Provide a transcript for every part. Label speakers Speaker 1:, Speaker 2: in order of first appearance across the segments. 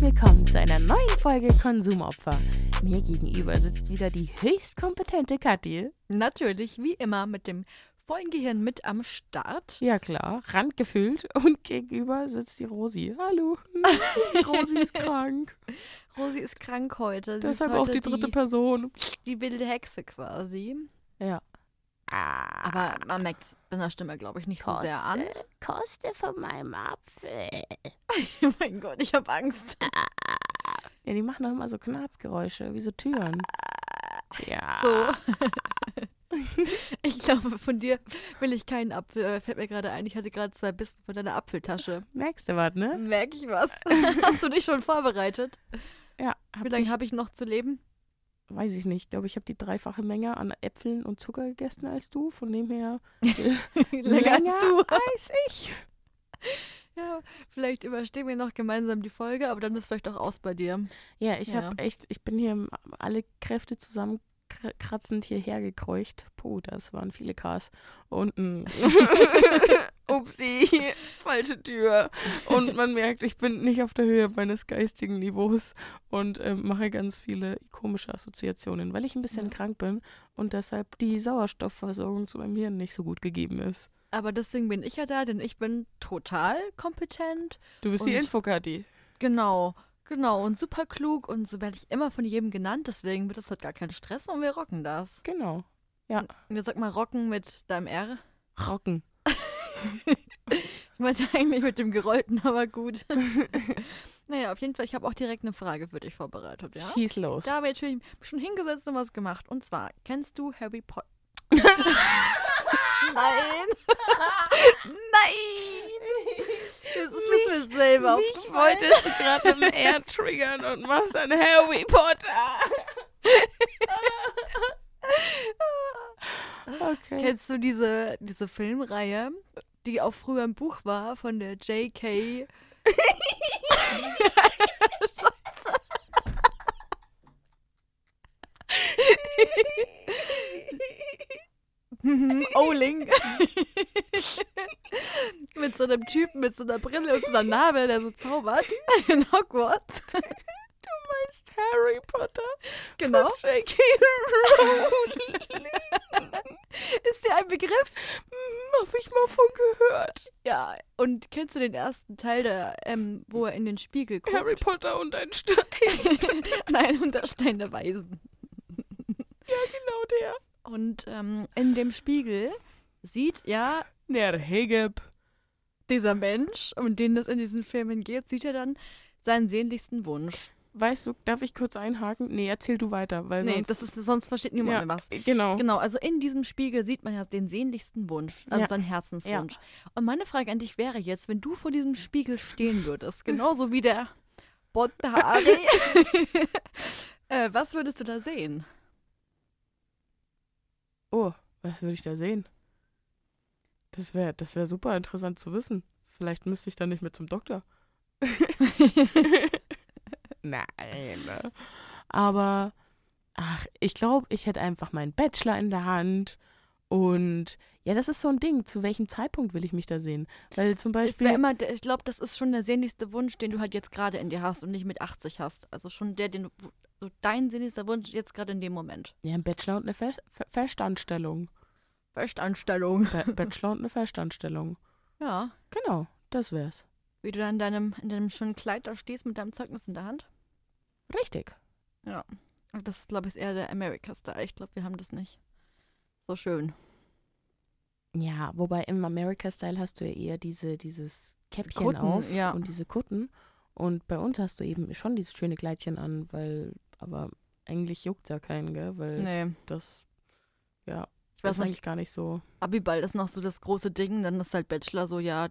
Speaker 1: willkommen zu einer neuen Folge Konsumopfer. Mir gegenüber sitzt wieder die höchst kompetente Kathi.
Speaker 2: Natürlich, wie immer, mit dem vollen Gehirn mit am Start.
Speaker 1: Ja klar, randgefühlt. Und gegenüber sitzt die Rosi. Hallo. Die Rosi ist krank.
Speaker 2: Rosi ist krank heute. Sie
Speaker 1: Deshalb
Speaker 2: ist
Speaker 1: auch
Speaker 2: heute
Speaker 1: die dritte Person.
Speaker 2: Die wilde Hexe quasi.
Speaker 1: Ja. Ah,
Speaker 2: Aber man merkt es deiner Stimme, glaube ich, nicht so sehr an.
Speaker 1: Koste von meinem Apfel.
Speaker 2: mein Gott, ich habe Angst.
Speaker 1: Ja, die machen doch immer so Knarzgeräusche, wie so Türen. Ja.
Speaker 2: So. Ah. ich glaube, von dir will ich keinen Apfel. Äh, Fällt mir gerade ein, ich hatte gerade zwei Bissen von deiner Apfeltasche.
Speaker 1: Merkst du was, ne?
Speaker 2: Merke ich was? Hast du dich schon vorbereitet?
Speaker 1: Ja. Hab
Speaker 2: Wie lange
Speaker 1: ich-
Speaker 2: habe ich noch zu leben?
Speaker 1: weiß ich nicht, glaube ich, habe die dreifache Menge an Äpfeln und Zucker gegessen als du. Von dem her
Speaker 2: Länger als du.
Speaker 1: als ich.
Speaker 2: Ja, vielleicht überstehen wir noch gemeinsam die Folge, aber dann ist vielleicht auch aus bei dir.
Speaker 1: Ja, ich
Speaker 2: Ja.
Speaker 1: habe echt, ich bin hier m- alle Kräfte zusammenkratzend hierher gekreucht. Puh, das waren viele Ks. Und mm. ein Upsi, falsche Tür. Und man merkt, ich bin nicht auf der Höhe meines geistigen Niveaus und ähm, mache ganz viele komische Assoziationen, weil ich ein bisschen
Speaker 2: Ja.
Speaker 1: krank bin und deshalb die Sauerstoffversorgung zu meinem Hirn nicht so gut gegeben ist.
Speaker 2: Aber deswegen bin ich ja da, denn ich bin total kompetent.
Speaker 1: Du bist die
Speaker 2: Und-
Speaker 1: Infokati.
Speaker 2: Genau, genau. Und super klug und so werde ich immer von jedem genannt. Deswegen wird das heute gar kein Stress und wir rocken das.
Speaker 1: Genau.
Speaker 2: Und jetzt sag mal rocken mit deinem R.
Speaker 1: Rocken.
Speaker 2: Ich meinte eigentlich mit dem gerollten, aber gut. naja, auf jeden Fall, ich habe auch direkt eine Frage für dich vorbereitet, ja?
Speaker 1: Schieß los.
Speaker 2: Da habe ich natürlich schon hingesetzt und was gemacht. Und zwar, kennst du Harry Potter? Nein! Nein! Das ist mir so selber
Speaker 1: Mich
Speaker 2: aufgefallen.
Speaker 1: wolltest du gerade im R triggern und machst dann Harry Potter. okay.
Speaker 2: Kennst du diese, diese Filmreihe, die auch früher ein Buch war von der J.K. Scheiße. Mhm, Owling. mit so einem Typen mit so einer Brille und so einer Narbe, der so zaubert. In Hogwarts.
Speaker 1: Ist Harry Potter.
Speaker 2: Genau.
Speaker 1: Von J.K. Rowling.
Speaker 2: Ist dir ein Begriff?
Speaker 1: Hm, Hab ich mal von gehört.
Speaker 2: Ja. Und kennst du den ersten Teil, der, ähm, wo er in den Spiegel guckt?
Speaker 1: Harry Potter und ein Stein.
Speaker 2: Nein, und der Stein der Weisen.
Speaker 1: Genau der.
Speaker 2: Und ähm, in dem Spiegel sieht ja
Speaker 1: Der Hegeb.
Speaker 2: dieser Mensch, um den das in diesen Filmen geht, sieht er dann seinen sehnlichsten Wunsch.
Speaker 1: Weißt du, darf ich kurz einhaken? Nee, erzähl du weiter, weil
Speaker 2: Nee,
Speaker 1: sonst...
Speaker 2: das ist, sonst versteht niemand
Speaker 1: Ja,
Speaker 2: mehr was.
Speaker 1: Genau.
Speaker 2: Genau, also in diesem Spiegel sieht man ja den sehnlichsten Wunsch, also
Speaker 1: Ja.
Speaker 2: seinen Herzenswunsch. Und meine Frage an dich wäre jetzt, wenn du vor diesem Spiegel stehen würdest, genauso wie der Bottari, äh, was würdest du da sehen?
Speaker 1: Oh, was würde ich da sehen? Das wäre das wär super interessant zu wissen. Vielleicht müsste ich dann nicht mehr zum Doktor. Nein. ne? Aber, ach, ich glaube, ich hätte einfach meinen Bachelor in der Hand. Und ja, das ist so ein Ding. Zu welchem Zeitpunkt will ich mich da sehen? Weil zum
Speaker 2: Es wär
Speaker 1: Beispiel.
Speaker 2: immer, der- ich glaube, das ist schon der sehnlichste Wunsch, den du halt jetzt gerade in dir hast und nicht mit 80 hast. Also schon der, den du, so dein sehnlichster Wunsch jetzt gerade in dem Moment.
Speaker 1: Ja, ein Bachelor und eine Fe Fe Festanstellung.
Speaker 2: Festanstellung.
Speaker 1: Ba Bachelor und eine Festanstellung.
Speaker 2: Ja.
Speaker 1: Genau, das wär's.
Speaker 2: Wie du dann in deinem, in deinem schönen Kleid da stehst mit deinem Zeugnis in der Hand.
Speaker 1: Richtig.
Speaker 2: Und Das ist, glaube ich, eher der America-Style. Ich glaube, wir haben das nicht. So schön.
Speaker 1: Ja, wobei im America-Style hast du ja eher diese, dieses Käppchen
Speaker 2: Kutten,
Speaker 1: auf
Speaker 2: ja.
Speaker 1: und diese Kutten. Und bei uns hast du eben schon dieses schöne Kleidchen an, weil, aber eigentlich juckt ja keinen, gell? Weil
Speaker 2: Nee.
Speaker 1: das, ja,
Speaker 2: Ich weiß
Speaker 1: ist eigentlich
Speaker 2: nicht,
Speaker 1: gar nicht so.
Speaker 2: Abiball ist noch so das große Ding, dann ist halt Bachelor so, ja,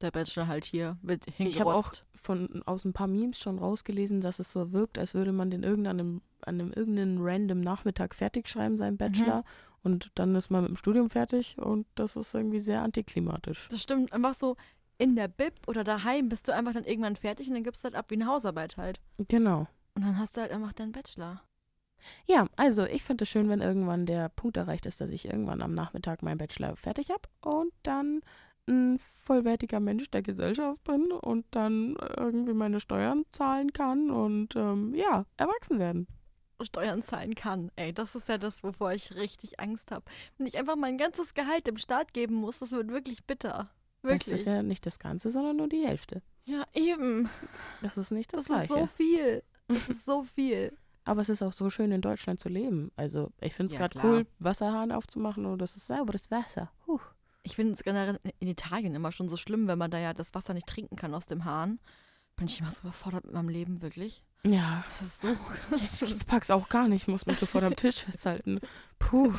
Speaker 2: der Bachelor halt hier wird hingerotzt.
Speaker 1: Ich habe auch von aus ein paar Memes schon rausgelesen, dass es so wirkt, als würde man den irgendeinem an einem irgendeinen random Nachmittag fertig schreiben,
Speaker 2: Mhm.
Speaker 1: seinen Bachelor. Und dann ist man mit dem Studium fertig und das ist irgendwie sehr antiklimatisch.
Speaker 2: Das stimmt, einfach so in der Bib oder daheim bist du einfach dann irgendwann fertig und dann gibst du halt ab wie eine Hausarbeit halt.
Speaker 1: Genau.
Speaker 2: Und dann hast du halt einfach deinen Bachelor.
Speaker 1: Ja, also ich finde es schön, wenn irgendwann der Punkt erreicht ist, dass ich irgendwann am Nachmittag meinen Bachelor fertig habe und dann ein vollwertiger Mensch der Gesellschaft bin und dann irgendwie meine Steuern zahlen kann und ähm, ja, erwachsen werden.
Speaker 2: Steuern zahlen kann. Ey, das ist ja das, wovor ich richtig Angst habe. Wenn ich einfach mein ganzes Gehalt dem Staat geben muss, das wird wirklich bitter. Wirklich.
Speaker 1: Das ist ja nicht das Ganze, sondern nur die Hälfte.
Speaker 2: Ja, eben.
Speaker 1: Das ist nicht das,
Speaker 2: Das,
Speaker 1: Gleiche.
Speaker 2: ist so viel. Das ist so viel.
Speaker 1: Aber es ist auch so schön, in Deutschland zu leben. Also ich finde es
Speaker 2: Ja,
Speaker 1: gerade
Speaker 2: klar.
Speaker 1: cool, Wasserhahn aufzumachen und das ist sauberes Wasser. Huh.
Speaker 2: Ich finde es generell in Italien immer schon so schlimm, wenn man da ja das Wasser nicht trinken kann aus dem Hahn. Bin ich immer so überfordert mit meinem Leben, wirklich.
Speaker 1: Ja,
Speaker 2: Das ist so krass. schlimm.
Speaker 1: ich pack's auch gar nicht, muss mich sofort am Tisch festhalten. Puh.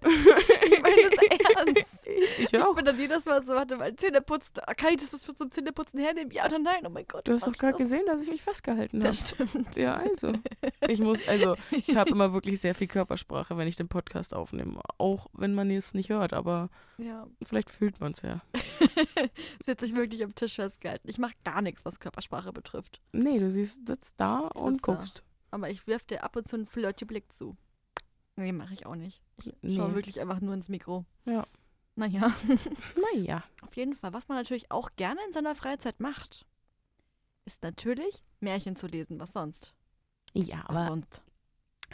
Speaker 2: Ich meine das ernst.
Speaker 1: Ich
Speaker 2: Ich
Speaker 1: höre auch.
Speaker 2: bin dann jedes Mal so, warte mal, Zähneputzen. ah, Kann ich das jetzt zum Zähneputzen hernehmen? Ja oder nein? Oh mein Gott.
Speaker 1: Du hast
Speaker 2: mach
Speaker 1: doch
Speaker 2: ich
Speaker 1: gerade
Speaker 2: das?
Speaker 1: gesehen, dass ich mich festgehalten habe.
Speaker 2: Das stimmt.
Speaker 1: Ja, also. Ich muss, also, ich habe immer wirklich sehr viel Körpersprache, wenn ich den Podcast aufnehme. Auch wenn man es nicht hört, aber
Speaker 2: Ja.
Speaker 1: vielleicht fühlt man es ja.
Speaker 2: Sie hat sich wirklich am Tisch festgehalten. Ich mache gar nichts, was Körpersprache betrifft.
Speaker 1: Nee, du siehst, sitzt da
Speaker 2: Ich
Speaker 1: und
Speaker 2: sitz da.
Speaker 1: guckst.
Speaker 2: Aber ich wirf dir ab und zu einen flirty Blick zu. Nee, mache ich auch nicht. Ich schaue
Speaker 1: Nee.
Speaker 2: wirklich einfach nur ins Mikro.
Speaker 1: Ja.
Speaker 2: Naja.
Speaker 1: Naja.
Speaker 2: Auf jeden Fall, was man natürlich auch gerne in seiner Freizeit macht, ist natürlich Märchen zu lesen. Was sonst?
Speaker 1: Ja,
Speaker 2: Was
Speaker 1: aber
Speaker 2: sonst?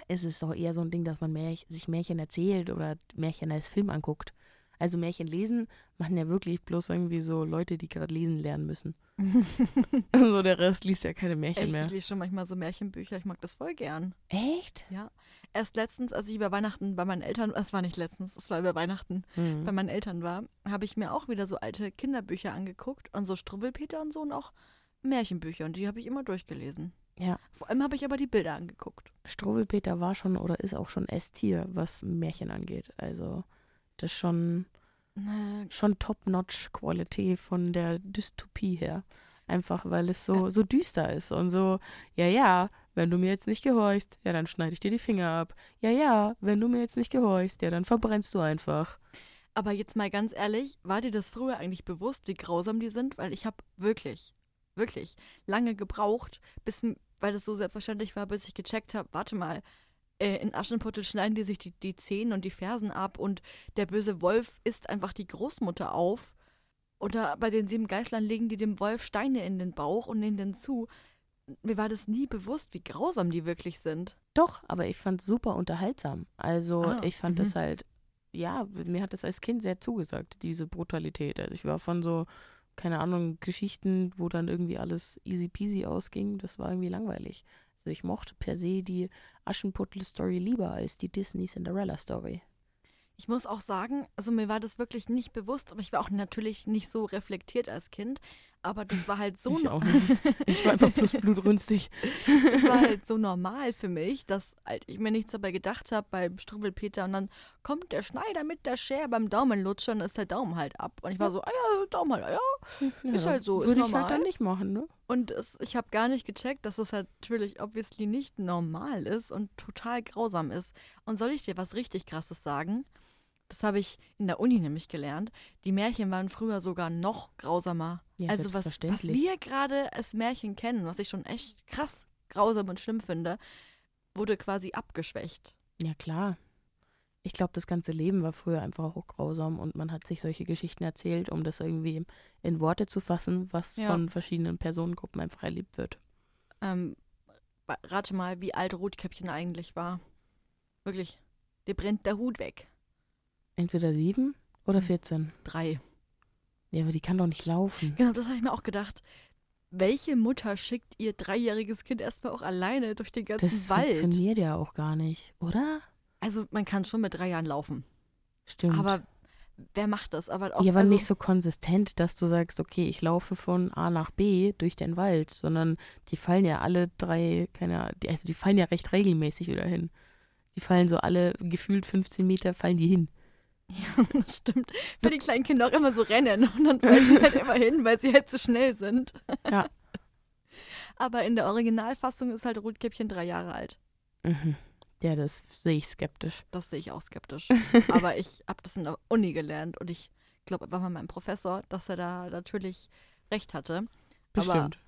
Speaker 1: es ist doch eher so ein Ding, dass man Märch sich Märchen erzählt oder Märchen als Film anguckt. Also Märchen lesen machen ja wirklich bloß irgendwie so Leute, die gerade lesen lernen müssen. Also der Rest liest ja keine Märchen
Speaker 2: Echt,
Speaker 1: mehr.
Speaker 2: ich lese schon manchmal so Märchenbücher. Ich mag das voll gern.
Speaker 1: Echt?
Speaker 2: Erst letztens, als ich über Weihnachten bei meinen Eltern, das war nicht letztens, es war über Weihnachten, bei
Speaker 1: Mhm.
Speaker 2: meinen Eltern war, habe ich mir auch wieder so alte Kinderbücher angeguckt und so Strubbelpeter und so und auch Märchenbücher und die habe ich immer durchgelesen.
Speaker 1: Ja.
Speaker 2: Vor allem habe ich aber die Bilder angeguckt.
Speaker 1: Struwwelpeter war schon oder ist auch schon S-Tier, was Märchen angeht. Also das ist schon,
Speaker 2: Na,
Speaker 1: schon Top-Notch-Qualität von der Dystopie her. Einfach weil es so, so düster ist und so, ja, ja, wenn du mir jetzt nicht gehorchst, ja, dann schneide ich dir die Finger ab. Ja, ja, wenn du mir jetzt nicht gehorchst, ja, dann verbrennst du einfach.
Speaker 2: Aber jetzt mal ganz ehrlich, war dir das früher eigentlich bewusst, wie grausam die sind? Weil ich habe wirklich, wirklich lange gebraucht, bis, m- weil das so selbstverständlich war, bis ich gecheckt habe, warte mal, äh, in Aschenputtel schneiden die sich die, die Zehen und die Fersen ab und der böse Wolf isst einfach die Großmutter auf. Oder bei den sieben Geißlern legen die dem Wolf Steine in den Bauch und nehmen den zu. Mir war das nie bewusst, wie grausam die wirklich sind.
Speaker 1: Doch, aber ich fand es super unterhaltsam. Also
Speaker 2: Ah,
Speaker 1: ich fand
Speaker 2: mhm.
Speaker 1: das halt, ja, mir hat das als Kind sehr zugesagt, diese Brutalität. Also ich war von so, keine Ahnung, Geschichten, wo dann irgendwie alles easy peasy ausging, das war irgendwie langweilig. Also ich mochte per se die Aschenputtel-Story lieber als die Disney-Cinderella-Story.
Speaker 2: Ich muss auch sagen, also mir war das wirklich nicht bewusst, aber ich war auch natürlich nicht so reflektiert als Kind, aber das war halt so,
Speaker 1: Ich
Speaker 2: no
Speaker 1: auch nicht. Ich war einfach bloß blutrünstig.
Speaker 2: das war halt so normal für mich, dass halt ich mir nichts dabei gedacht habe beim Struwwelpeter und dann kommt der Schneider mit der Schere beim Daumenlutscher und ist der Daumen halt ab und ich war so, ah ja, Daumen halt, ah ja. Ist halt so, ist
Speaker 1: Würde ich
Speaker 2: normal.
Speaker 1: halt dann nicht machen, ne?
Speaker 2: Und es, ich habe gar nicht gecheckt, dass das halt natürlich obviously nicht normal ist und total grausam ist. Und soll ich dir was richtig Krasses sagen? Das habe ich in der Uni nämlich gelernt. Die Märchen waren früher sogar noch grausamer.
Speaker 1: Ja,
Speaker 2: also was, was
Speaker 1: selbstverständlich.
Speaker 2: wir gerade als Märchen kennen, was ich schon echt krass grausam und schlimm finde, wurde quasi abgeschwächt.
Speaker 1: Ja, klar. Ich glaube, das ganze Leben war früher einfach auch grausam und man hat sich solche Geschichten erzählt, um das irgendwie in Worte zu fassen, was
Speaker 2: Ja.
Speaker 1: von verschiedenen Personengruppen einfach erlebt wird.
Speaker 2: Ähm, ba- rate mal, wie alt Rotkäppchen eigentlich war. Wirklich, dir brennt der Hut weg.
Speaker 1: Entweder sieben oder
Speaker 2: Hm.
Speaker 1: 14.
Speaker 2: Drei.
Speaker 1: Ja, aber die kann doch nicht laufen.
Speaker 2: Genau, das habe ich mir auch gedacht. Welche Mutter schickt ihr dreijähriges Kind erstmal auch alleine durch den ganzen
Speaker 1: Das
Speaker 2: Wald?
Speaker 1: funktioniert ja auch gar nicht, oder?
Speaker 2: Also man kann schon mit drei Jahren laufen.
Speaker 1: Stimmt.
Speaker 2: Aber wer macht das? Aber auch
Speaker 1: ja, aber
Speaker 2: also,
Speaker 1: nicht so konsistent, dass du sagst, okay, ich laufe von A nach B durch den Wald, sondern die fallen ja alle drei, keine Ahnung, die, also die fallen ja recht regelmäßig wieder hin. Die fallen so alle gefühlt 15 Meter, fallen die hin.
Speaker 2: Das stimmt. Für die kleinen Kinder auch immer so rennen und dann fallen sie halt immer hin, weil sie halt zu schnell sind.
Speaker 1: Ja.
Speaker 2: Aber in der Originalfassung ist halt Rotkäppchen drei Jahre alt.
Speaker 1: Mhm. Ja, das sehe ich skeptisch.
Speaker 2: Das sehe ich auch skeptisch. Aber ich habe das in der Uni gelernt und ich glaube einfach mal meinem Professor, dass er da natürlich recht hatte.
Speaker 1: Bestimmt.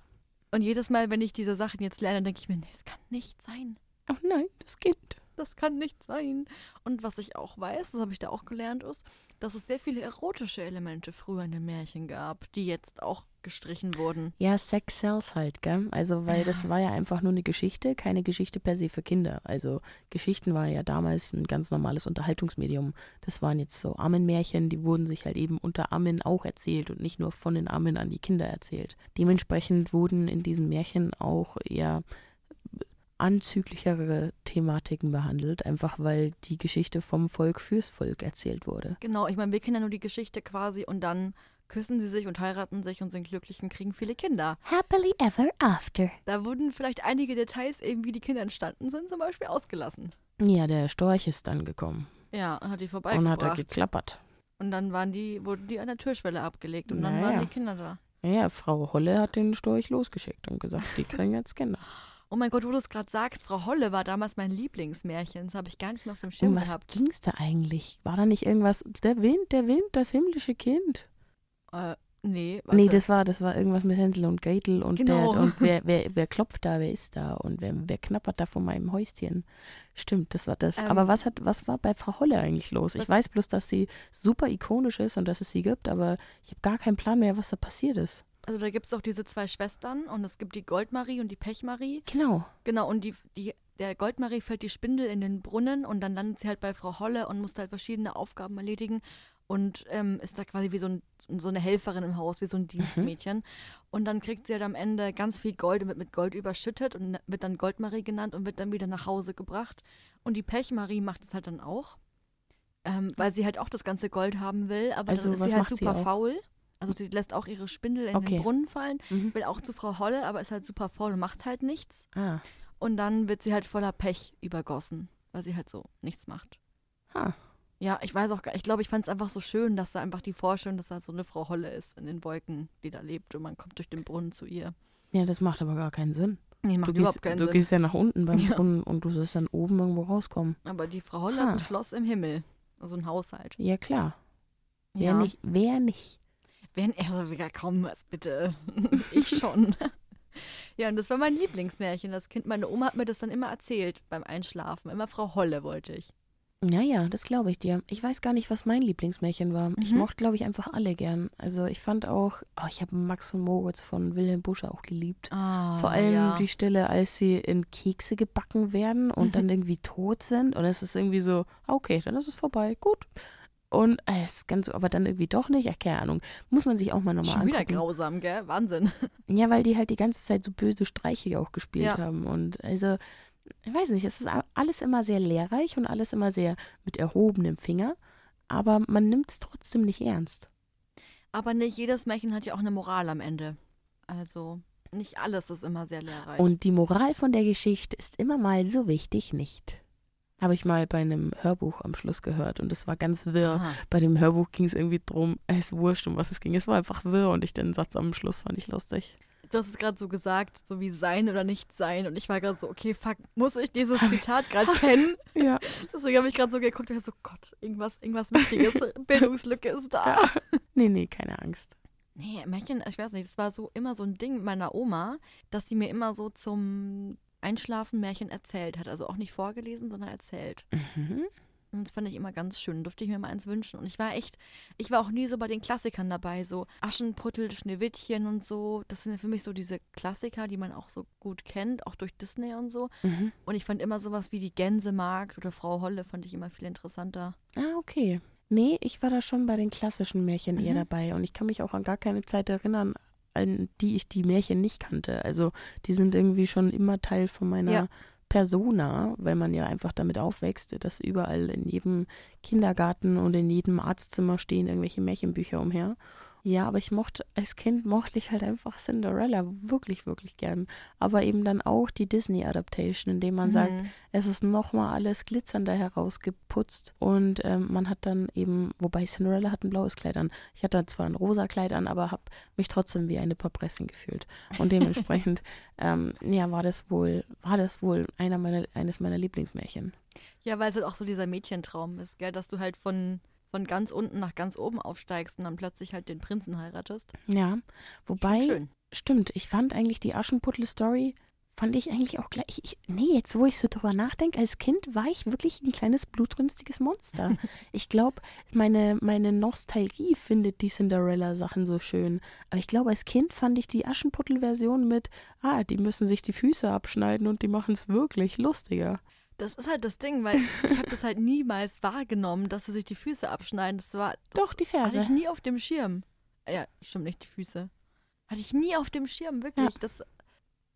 Speaker 2: Und jedes Mal, wenn ich diese Sachen jetzt lerne, denke ich mir, nee, das kann nicht sein.
Speaker 1: Ach nein, das geht.
Speaker 2: das kann nicht sein. Und was ich auch weiß, das habe ich da auch gelernt, ist, dass es sehr viele erotische Elemente früher in den Märchen gab, die jetzt auch gestrichen wurden.
Speaker 1: Ja, Sex sells halt, gell? Also, weil das war ja einfach nur eine Geschichte, keine Geschichte per se für Kinder. Also, Geschichten waren ja damals ein ganz normales Unterhaltungsmedium. Das waren jetzt so Armenmärchen, die wurden sich halt eben unter Armen auch erzählt und nicht nur von den Armen an die Kinder erzählt. Dementsprechend wurden in diesen Märchen auch eher anzüglichere Thematiken behandelt, einfach weil die Geschichte vom Volk fürs Volk erzählt wurde.
Speaker 2: Genau, ich meine, wir kennen ja nur die Geschichte quasi und dann küssen sie sich und heiraten sich und sind glücklich und kriegen viele Kinder.
Speaker 1: Happily ever after.
Speaker 2: Da wurden vielleicht einige Details, eben wie die Kinder entstanden sind, zum Beispiel ausgelassen.
Speaker 1: Ja, der Storch ist dann gekommen
Speaker 2: Ja, und hat die
Speaker 1: und hat da
Speaker 2: vorbeigebracht. Und,
Speaker 1: geklappert.
Speaker 2: dann waren die, wurden die an der Türschwelle abgelegt und dann
Speaker 1: Naja.
Speaker 2: waren die Kinder da.
Speaker 1: Ja, Frau Holle hat den Storch losgeschickt und gesagt, die kriegen jetzt Kinder.
Speaker 2: Oh mein Gott, wo du es gerade sagst, Frau Holle war damals mein Lieblingsmärchen. Das habe ich gar nicht mehr auf dem Schirm
Speaker 1: Um was
Speaker 2: gehabt.
Speaker 1: ging's da eigentlich? War da nicht irgendwas? Der Wind, der Wind, das himmlische Kind.
Speaker 2: Äh, nee, warte.
Speaker 1: Nee, das war, das war irgendwas mit Hänsel und Gretel und
Speaker 2: Genau.
Speaker 1: der, und wer, wer, wer klopft da, wer ist da und wer, wer knappert da vor meinem Häuschen. Stimmt, das war das.
Speaker 2: Ähm.
Speaker 1: aber was hat, was war bei Frau Holle eigentlich los? Ich
Speaker 2: Was-
Speaker 1: weiß bloß, dass sie super ikonisch ist und dass es sie gibt, aber ich habe gar keinen Plan mehr, was da passiert ist.
Speaker 2: Also da gibt es auch diese zwei Schwestern und es gibt die Goldmarie und die Pechmarie.
Speaker 1: Genau.
Speaker 2: Genau, und die, die, der Goldmarie fällt die Spindel in den Brunnen und dann landet sie halt bei Frau Holle und muss halt verschiedene Aufgaben erledigen und ähm, ist da quasi wie so, ein, so eine Helferin im Haus, wie so
Speaker 1: Mhm.
Speaker 2: ein Dienstmädchen. Und dann kriegt sie halt am Ende ganz viel Gold und wird mit Gold überschüttet und wird dann Goldmarie genannt und wird dann wieder nach Hause gebracht. Und die Pechmarie macht es halt dann auch, ähm, weil sie halt auch das ganze Gold haben will, aber
Speaker 1: Also,
Speaker 2: dann ist
Speaker 1: was
Speaker 2: sie halt
Speaker 1: macht sie
Speaker 2: super
Speaker 1: auch?
Speaker 2: faul. Also sie lässt auch ihre Spindel in
Speaker 1: Okay.
Speaker 2: den Brunnen fallen,
Speaker 1: Mhm.
Speaker 2: will auch zu Frau Holle, aber ist halt super faul und macht halt nichts.
Speaker 1: Ah.
Speaker 2: Und dann wird sie halt voller Pech übergossen, weil sie halt so nichts macht.
Speaker 1: Ha.
Speaker 2: Ja, ich weiß auch gar ich glaube, ich fand es einfach so schön, dass da einfach die Vorstellung, dass da so eine Frau Holle ist in den Wolken, die da lebt und man kommt durch den Brunnen zu ihr.
Speaker 1: Ja, das macht aber gar keinen Sinn.
Speaker 2: Nee, macht
Speaker 1: du
Speaker 2: überhaupt
Speaker 1: gehst,
Speaker 2: keinen
Speaker 1: du
Speaker 2: Sinn.
Speaker 1: gehst ja nach unten beim
Speaker 2: Ja.
Speaker 1: Brunnen und du sollst dann oben irgendwo rauskommen.
Speaker 2: Aber die Frau Holle
Speaker 1: Ha.
Speaker 2: hat ein Schloss im Himmel. Also ein Haushalt.
Speaker 1: Ja, klar. Wer
Speaker 2: ja.
Speaker 1: nicht? Wer nicht?
Speaker 2: Wenn er wieder kommen was bitte. ich schon. ja, und das war mein Lieblingsmärchen, das Kind. Meine Oma hat mir das dann immer erzählt beim Einschlafen. Immer Frau Holle wollte ich.
Speaker 1: Naja, das glaube ich dir. Ich weiß gar nicht, was mein Lieblingsmärchen war. Ich
Speaker 2: Mhm.
Speaker 1: mochte, glaube ich, einfach alle gern. Also ich fand auch, oh, ich habe Max und Moritz von Wilhelm Busche auch geliebt.
Speaker 2: Ah,
Speaker 1: Vor allem
Speaker 2: ja.
Speaker 1: die Stelle, als sie in Kekse gebacken werden und dann irgendwie tot sind. Und es ist irgendwie so, ah, okay, dann ist es vorbei, gut. Und äh, es ist ganz, aber dann irgendwie doch nicht, ach, keine Ahnung. Muss man sich auch mal nochmal
Speaker 2: Schon
Speaker 1: angucken.
Speaker 2: wieder grausam, gell? Wahnsinn.
Speaker 1: Ja, weil die halt die ganze Zeit so böse Streiche auch gespielt
Speaker 2: Ja.
Speaker 1: haben. Und also, ich weiß nicht, es ist a- alles immer sehr lehrreich und alles immer sehr mit erhobenem Finger. Aber man nimmt es trotzdem nicht ernst.
Speaker 2: Aber nicht jedes Märchen hat ja auch eine Moral am Ende. Also nicht alles ist immer sehr lehrreich.
Speaker 1: Und die Moral von der Geschichte ist immer mal so wichtig nicht. Habe ich mal bei einem Hörbuch am Schluss gehört und es war ganz wirr.
Speaker 2: Aha.
Speaker 1: Bei dem Hörbuch ging es irgendwie drum, es wurscht, um was es ging. Es war einfach wirr und ich den Satz am Schluss fand ich lustig.
Speaker 2: Du hast es gerade so gesagt, so wie sein oder nicht sein. Und ich war gerade so, okay, fuck, muss ich dieses Zitat gerade kennen?
Speaker 1: Ja,
Speaker 2: Deswegen habe ich gerade so geguckt und war so, Gott, irgendwas, irgendwas Wichtiges, Bildungslücke ist da.
Speaker 1: nee, nee, keine Angst.
Speaker 2: Nee, Märchen, ich weiß nicht, das war so immer so ein Ding mit meiner Oma, dass sie mir immer so zum Einschlafen Märchen erzählt hat. Also auch nicht vorgelesen, sondern erzählt.
Speaker 1: Mhm.
Speaker 2: Und das fand ich immer ganz schön. Durfte ich mir mal eins wünschen. Und ich war echt, ich war auch nie so bei den Klassikern dabei. So Aschenputtel, Schneewittchen und so. Das sind ja für mich so diese Klassiker, die man auch so gut kennt, auch durch Disney und so.
Speaker 1: Mhm.
Speaker 2: Und ich fand immer sowas wie die Gänsemarkt oder Frau Holle fand ich immer viel interessanter.
Speaker 1: Ah, okay. Nee, ich war da schon bei den klassischen Märchen eher
Speaker 2: Mhm.
Speaker 1: dabei und ich kann mich auch an gar keine Zeit erinnern, an die ich die Märchen nicht kannte. Also die sind irgendwie schon immer Teil von meiner
Speaker 2: Ja.
Speaker 1: Persona, weil man ja einfach damit aufwächst, dass überall in jedem Kindergarten und in jedem Arztzimmer stehen irgendwelche Märchenbücher umher. Ja, aber ich mochte, als Kind mochte ich halt einfach Cinderella wirklich, wirklich gern. Aber eben dann auch die Disney-Adaptation, indem man sagt,
Speaker 2: Mhm.
Speaker 1: es ist nochmal alles glitzernder herausgeputzt und ähm, man hat dann eben, wobei Cinderella hat ein blaues Kleid an. Ich hatte zwar ein rosa Kleid an, aber habe mich trotzdem wie eine Papressin gefühlt. Und dementsprechend, ähm, ja, war das wohl, war das wohl einer meiner, eines meiner Lieblingsmärchen.
Speaker 2: Ja, weil es halt auch so dieser Mädchentraum ist, gell? Dass du halt von, von ganz unten nach ganz oben aufsteigst und dann plötzlich halt den Prinzen heiratest.
Speaker 1: Ja, wobei,
Speaker 2: Schön.
Speaker 1: stimmt, ich fand eigentlich die Aschenputtel-Story fand ich eigentlich auch gleich. Ich, nee, jetzt wo ich so drüber nachdenke, als Kind war ich wirklich ein kleines blutrünstiges Monster. ich glaube, meine, meine Nostalgie findet die Cinderella-Sachen so schön. Aber ich glaube, als Kind fand ich die Aschenputtel-Version mit, ah, die müssen sich die Füße abschneiden und die machen es wirklich lustiger.
Speaker 2: Das ist halt das Ding, weil ich habe das halt niemals wahrgenommen, dass sie sich die Füße abschneiden. Das war das
Speaker 1: Doch, die
Speaker 2: hatte ich
Speaker 1: Ferse.
Speaker 2: nie auf dem Schirm. Ja, stimmt nicht die Füße. Hatte ich nie auf dem Schirm, wirklich. Äh, Das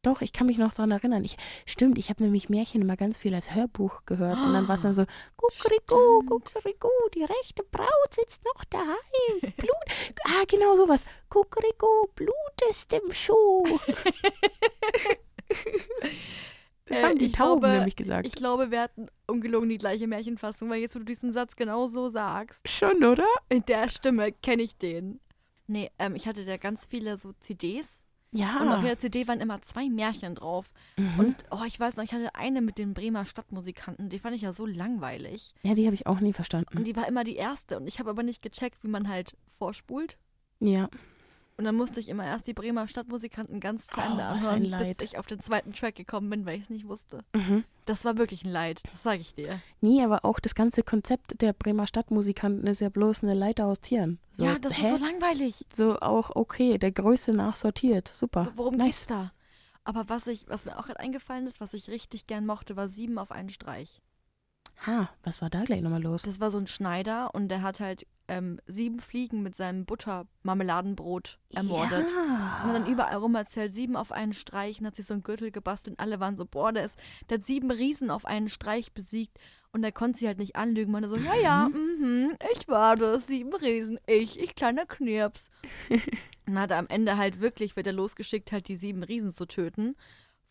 Speaker 1: Doch, ich kann mich noch daran erinnern. Ich, stimmt, ich habe nämlich Märchen immer ganz viel als Hörbuch gehört. Und dann war es dann so, Kukuriku,
Speaker 2: Ah. Stimmt.
Speaker 1: Kukuriku, die rechte Braut sitzt noch daheim. Blut. ah, genau sowas. Kukuriku, Blut ist im Schuh. Das
Speaker 2: Äh,
Speaker 1: haben die
Speaker 2: ich
Speaker 1: Tauben
Speaker 2: glaube,
Speaker 1: nämlich gesagt.
Speaker 2: Ich glaube, wir hatten ungelogen die gleiche Märchenfassung, weil jetzt, wo du diesen Satz genau so sagst,
Speaker 1: Schon, oder?
Speaker 2: in der Stimme kenne ich den. Nee, ähm, ich hatte da ganz viele so CDs
Speaker 1: Ja.
Speaker 2: und auf jeder CD waren immer zwei Märchen drauf.
Speaker 1: mhm.
Speaker 2: Und oh, ich weiß noch, ich hatte eine mit den Bremer Stadtmusikanten, die fand ich ja so langweilig.
Speaker 1: ja, die habe ich auch nie verstanden.
Speaker 2: Und die war immer die erste und ich habe aber nicht gecheckt, wie man halt vorspult.
Speaker 1: ja.
Speaker 2: Und dann musste ich immer erst die Bremer Stadtmusikanten ganz zu
Speaker 1: Oh,
Speaker 2: Ende
Speaker 1: was ein
Speaker 2: anhören, bis
Speaker 1: Leid.
Speaker 2: ich auf den zweiten Track gekommen bin, weil ich es nicht wusste.
Speaker 1: Mhm.
Speaker 2: Das war wirklich ein Leid, das sage ich dir.
Speaker 1: Nee, aber auch das ganze Konzept der Bremer Stadtmusikanten ist ja bloß eine Leiter aus Tieren. So,
Speaker 2: ja, das
Speaker 1: hä?
Speaker 2: ist so langweilig.
Speaker 1: so auch okay, der Größe nach sortiert. Super.
Speaker 2: So, worum
Speaker 1: Oh, nice.
Speaker 2: geht's da? Aber was, ich, was mir auch gerade eingefallen ist, was ich richtig gern mochte, war sieben auf einen Streich.
Speaker 1: Ha, was war da gleich nochmal los?
Speaker 2: Das war so ein Schneider und der hat halt ähm, sieben Fliegen mit seinem Buttermarmeladenbrot ermordet. Und
Speaker 1: Ja.
Speaker 2: hat dann überall rum erzählt, sieben auf einen Streich und hat sich so einen Gürtel gebastelt und alle waren so, boah, der, ist, der hat sieben Riesen auf einen Streich besiegt und der konnte sie halt nicht anlügen. Man so, ja, ja, mhm, ich war das, sieben Riesen, ich, ich kleiner Knirps. und hat er am Ende halt wirklich, wird er losgeschickt, halt die sieben Riesen zu töten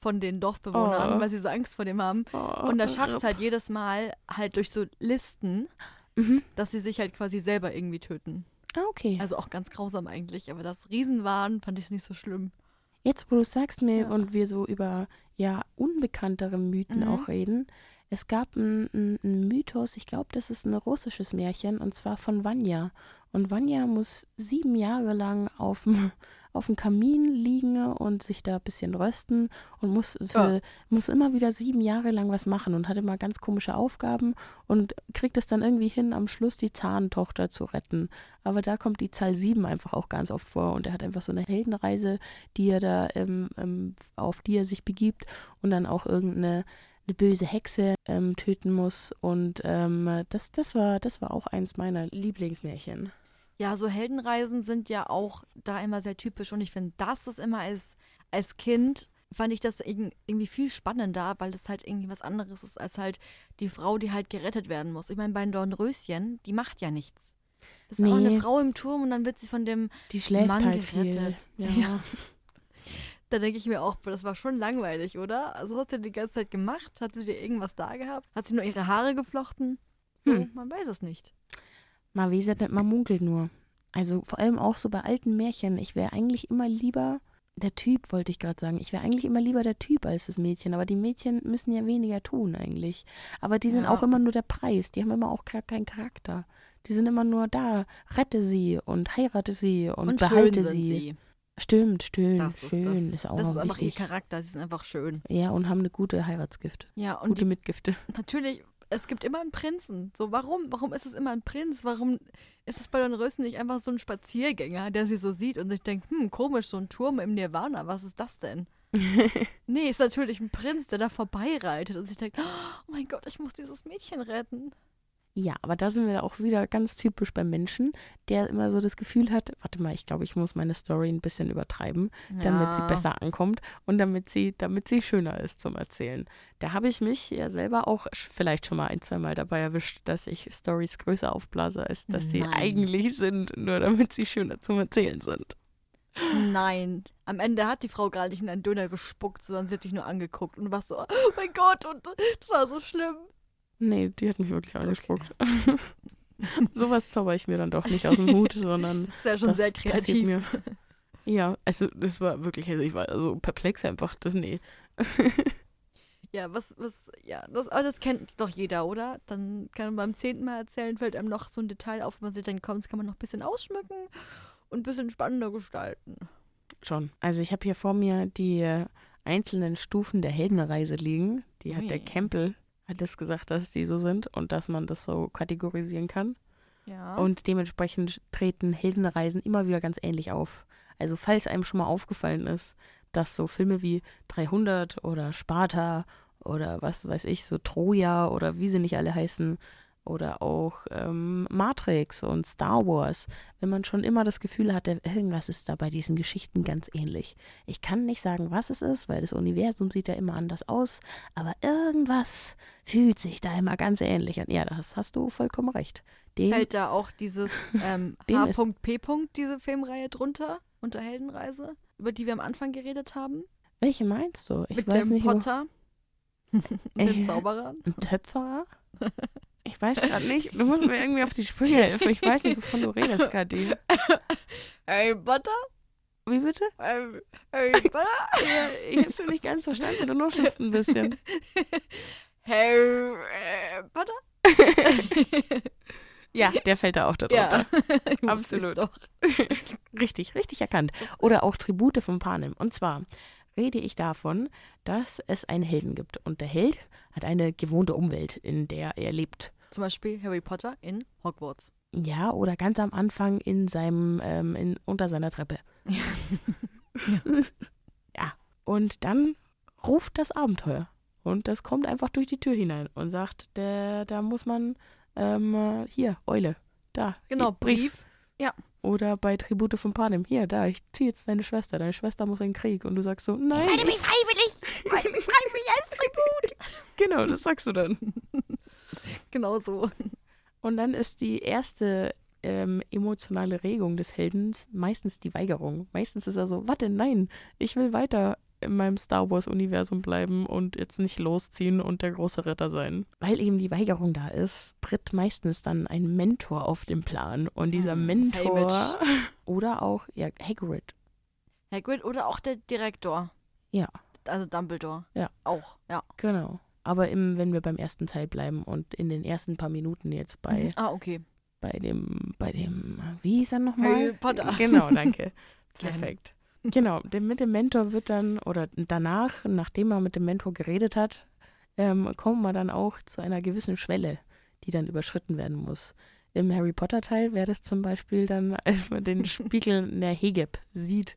Speaker 2: von den Dorfbewohnern,
Speaker 1: Oh.
Speaker 2: weil sie so Angst vor dem haben.
Speaker 1: Oh,
Speaker 2: Und er schafft es
Speaker 1: rup.
Speaker 2: halt jedes Mal halt durch so Listen,
Speaker 1: Mhm.
Speaker 2: dass sie sich halt quasi selber irgendwie töten.
Speaker 1: Ah, okay.
Speaker 2: Also auch ganz grausam eigentlich, aber das Riesen waren, fand ich nicht so schlimm.
Speaker 1: Jetzt, wo du es sagst mir
Speaker 2: Ja.
Speaker 1: und wir so über ja unbekanntere Mythen
Speaker 2: Mhm.
Speaker 1: auch reden, es gab einen ein Mythos, ich glaube, das ist ein russisches Märchen und zwar von Vanya. Und Vanya muss sieben Jahre lang auf dem auf dem Kamin liegen und sich da ein bisschen rösten und muss, für, muss immer wieder sieben Jahre lang was machen und hat immer ganz komische Aufgaben und kriegt es dann irgendwie hin, am Schluss die Zahntochter zu retten. Aber da kommt die Zahl sieben einfach auch ganz oft vor und er hat einfach so eine Heldenreise, die er da ähm, ähm, auf die er sich begibt und dann auch irgendeine eine böse Hexe ähm, töten muss und ähm, das, das war das war auch eins meiner Lieblingsmärchen.
Speaker 2: Ja, so Heldenreisen sind ja auch da immer sehr typisch und ich finde, dass das immer als, als Kind fand ich das irg- irgendwie viel spannender, weil das halt irgendwie was anderes ist als halt die Frau, die halt gerettet werden muss. Ich meine, bei Dornröschen, die macht ja nichts. Das ist auch
Speaker 1: Nee.
Speaker 2: eine Frau im Turm und dann wird sie von dem,
Speaker 1: Die schläft
Speaker 2: Mann
Speaker 1: halt viel.
Speaker 2: gerettet. Ja. da denke ich mir auch, boah, das war schon langweilig, oder? Also was hat sie die ganze Zeit gemacht? Hat sie dir irgendwas da gehabt? Hat sie nur ihre Haare geflochten? So,
Speaker 1: Hm.
Speaker 2: man weiß es nicht.
Speaker 1: Mal wie gesagt, halt, man munkelt nur. Also vor allem auch so bei alten Märchen. Ich wäre eigentlich immer lieber der Typ, wollte ich gerade sagen. Ich wäre eigentlich immer lieber der Typ als das Mädchen. Aber die Mädchen müssen ja weniger tun eigentlich. Aber die sind
Speaker 2: Ja.
Speaker 1: auch immer nur der Preis. Die haben immer auch gar keinen Charakter. Die sind immer nur da. Rette sie und heirate sie und,
Speaker 2: Und
Speaker 1: behalte
Speaker 2: schön sind sie.
Speaker 1: Stimmt, stimmt,
Speaker 2: Das ist
Speaker 1: schön.
Speaker 2: das.
Speaker 1: Ist, auch
Speaker 2: das ist
Speaker 1: noch
Speaker 2: einfach ihr
Speaker 1: wichtig.
Speaker 2: Charakter, sie sind einfach schön.
Speaker 1: Ja, und haben eine gute Heiratsgift.
Speaker 2: Ja, und
Speaker 1: Gute Mitgifte.
Speaker 2: natürlich, es gibt immer einen Prinzen. So, warum? Warum ist es immer ein Prinz? Warum ist es bei Don Rösen nicht einfach so ein Spaziergänger, der sie so sieht und sich denkt, hm, komisch, so ein Turm im Nirvana, was ist das denn? nee, ist natürlich ein Prinz, der da vorbeireitet und sich denkt, oh mein Gott, ich muss dieses Mädchen retten.
Speaker 1: Ja, aber da sind wir auch wieder ganz typisch beim Menschen, der immer so das Gefühl hat, warte mal, ich glaube, ich muss meine Story ein bisschen übertreiben, damit sie
Speaker 2: Ja.
Speaker 1: besser ankommt und damit sie, damit sie schöner ist zum Erzählen. Da habe ich mich ja selber auch sch- vielleicht schon mal ein, zweimal dabei erwischt, dass ich Stories größer aufblase, als dass sie
Speaker 2: Nein.
Speaker 1: eigentlich sind, nur damit sie schöner zum Erzählen sind.
Speaker 2: Nein. Am Ende hat die Frau gar nicht in einen Döner gespuckt, sondern sie hat dich nur angeguckt und du warst so, oh mein Gott, und das war so schlimm.
Speaker 1: Nee, die hat mich wirklich
Speaker 2: Okay.
Speaker 1: angespuckt. Sowas zauber ich mir dann doch nicht aus dem Hut, sondern
Speaker 2: Das wäre schon
Speaker 1: Das
Speaker 2: sehr
Speaker 1: passiert
Speaker 2: kreativ.
Speaker 1: mir. Ja, also das war wirklich, also ich war so perplex einfach, das, nee.
Speaker 2: Ja, was, was, ja, das, aber das kennt doch jeder, oder? Dann kann man beim zehnten Mal erzählen, fällt einem noch so ein Detail auf, wo man sich denkt, komm, das kann man noch ein bisschen ausschmücken und ein bisschen spannender gestalten.
Speaker 1: Schon. Also ich habe hier vor mir die einzelnen Stufen der Heldenreise liegen. Die hat der
Speaker 2: Ui.
Speaker 1: Campbell, hat das gesagt, dass die so sind und dass man das so kategorisieren kann.
Speaker 2: Ja.
Speaker 1: Und dementsprechend treten Heldenreisen immer wieder ganz ähnlich auf. Also falls einem schon mal aufgefallen ist, dass so Filme wie 300 oder Sparta oder was weiß ich, so Troja oder wie sie nicht alle heißen oder auch ähm, Matrix und Star Wars, wenn man schon immer das Gefühl hatte, irgendwas ist da bei diesen Geschichten ganz ähnlich. Ich kann nicht sagen, was es ist, weil das Universum sieht ja immer anders aus, aber irgendwas fühlt sich da immer ganz ähnlich an. Ja, das hast du vollkommen recht. Den
Speaker 2: Fällt da auch dieses ähm,
Speaker 1: Dem ist-
Speaker 2: H.P. Punkt, diese Filmreihe drunter, unter Heldenreise, über die wir am Anfang geredet haben?
Speaker 1: Welche meinst du? Ich
Speaker 2: mit
Speaker 1: weiß
Speaker 2: dem
Speaker 1: nicht. wo-
Speaker 2: Potter und den
Speaker 1: Äh,
Speaker 2: Zauberern?
Speaker 1: Ein Töpferer? Ich weiß gerade nicht. Du musst mir irgendwie auf die Sprünge helfen. Ich weiß nicht, wovon du redest, Kadi.
Speaker 2: Harry Potter?
Speaker 1: Wie bitte?
Speaker 2: Harry, Harry Potter?
Speaker 1: Ich hab's noch nicht ganz verstanden. Du nuschelst ein bisschen.
Speaker 2: Harry äh, Potter?
Speaker 1: Ja, der fällt da auch da
Speaker 2: ja,
Speaker 1: drunter.
Speaker 2: Ich wusste es
Speaker 1: Absolut.
Speaker 2: Doch.
Speaker 1: Richtig, richtig erkannt. Oder auch Tribute von Panem. Und zwar rede ich davon, dass es einen Helden gibt. Und der Held hat eine gewohnte Umwelt, in der er lebt.
Speaker 2: Zum Beispiel Harry Potter in Hogwarts.
Speaker 1: Ja, oder ganz am Anfang in seinem, ähm, in, unter seiner Treppe.
Speaker 2: Ja.
Speaker 1: ja. Und dann ruft das Abenteuer. Und das kommt einfach durch die Tür hinein und sagt, der, da muss man, ähm, hier, Eule, da.
Speaker 2: Genau,
Speaker 1: hier,
Speaker 2: Brief. Ja.
Speaker 1: Oder bei Tribute von Panem, hier, da, ich ziehe jetzt deine Schwester, deine Schwester muss in den Krieg. Und du sagst so, nein.
Speaker 2: Halte mich freiwillig! Halte mich freiwillig als Tribut!
Speaker 1: Genau, das sagst du dann.
Speaker 2: Genau so.
Speaker 1: Und dann ist die erste ähm, emotionale Regung des Heldens meistens die Weigerung. Meistens ist er so, warte, nein, ich will weiter in meinem Star Wars-Universum bleiben und jetzt nicht losziehen und der große Ritter sein. Weil eben die Weigerung da ist, tritt meistens dann ein Mentor auf den Plan. Und dieser
Speaker 2: Hm,
Speaker 1: Mentor
Speaker 2: Hamish.
Speaker 1: oder auch ja, Hagrid.
Speaker 2: Hagrid oder auch der Direktor.
Speaker 1: Ja.
Speaker 2: Also Dumbledore.
Speaker 1: Ja.
Speaker 2: Auch, ja.
Speaker 1: Genau. Aber im, wenn wir beim ersten Teil bleiben und in den ersten paar Minuten jetzt bei
Speaker 2: Mhm. Ah, okay.
Speaker 1: bei dem, bei dem, wie hieß er
Speaker 2: Harry
Speaker 1: nochmal?
Speaker 2: Potter.
Speaker 1: Genau, danke.
Speaker 2: Gerne.
Speaker 1: Perfekt. Genau, dem, mit dem Mentor wird dann, oder danach, nachdem man mit dem Mentor geredet hat, ähm, kommt man dann auch zu einer gewissen Schwelle, die dann überschritten werden muss. Im Harry Potter-Teil wäre das zum Beispiel dann, als man den Spiegel in der Hegeb sieht,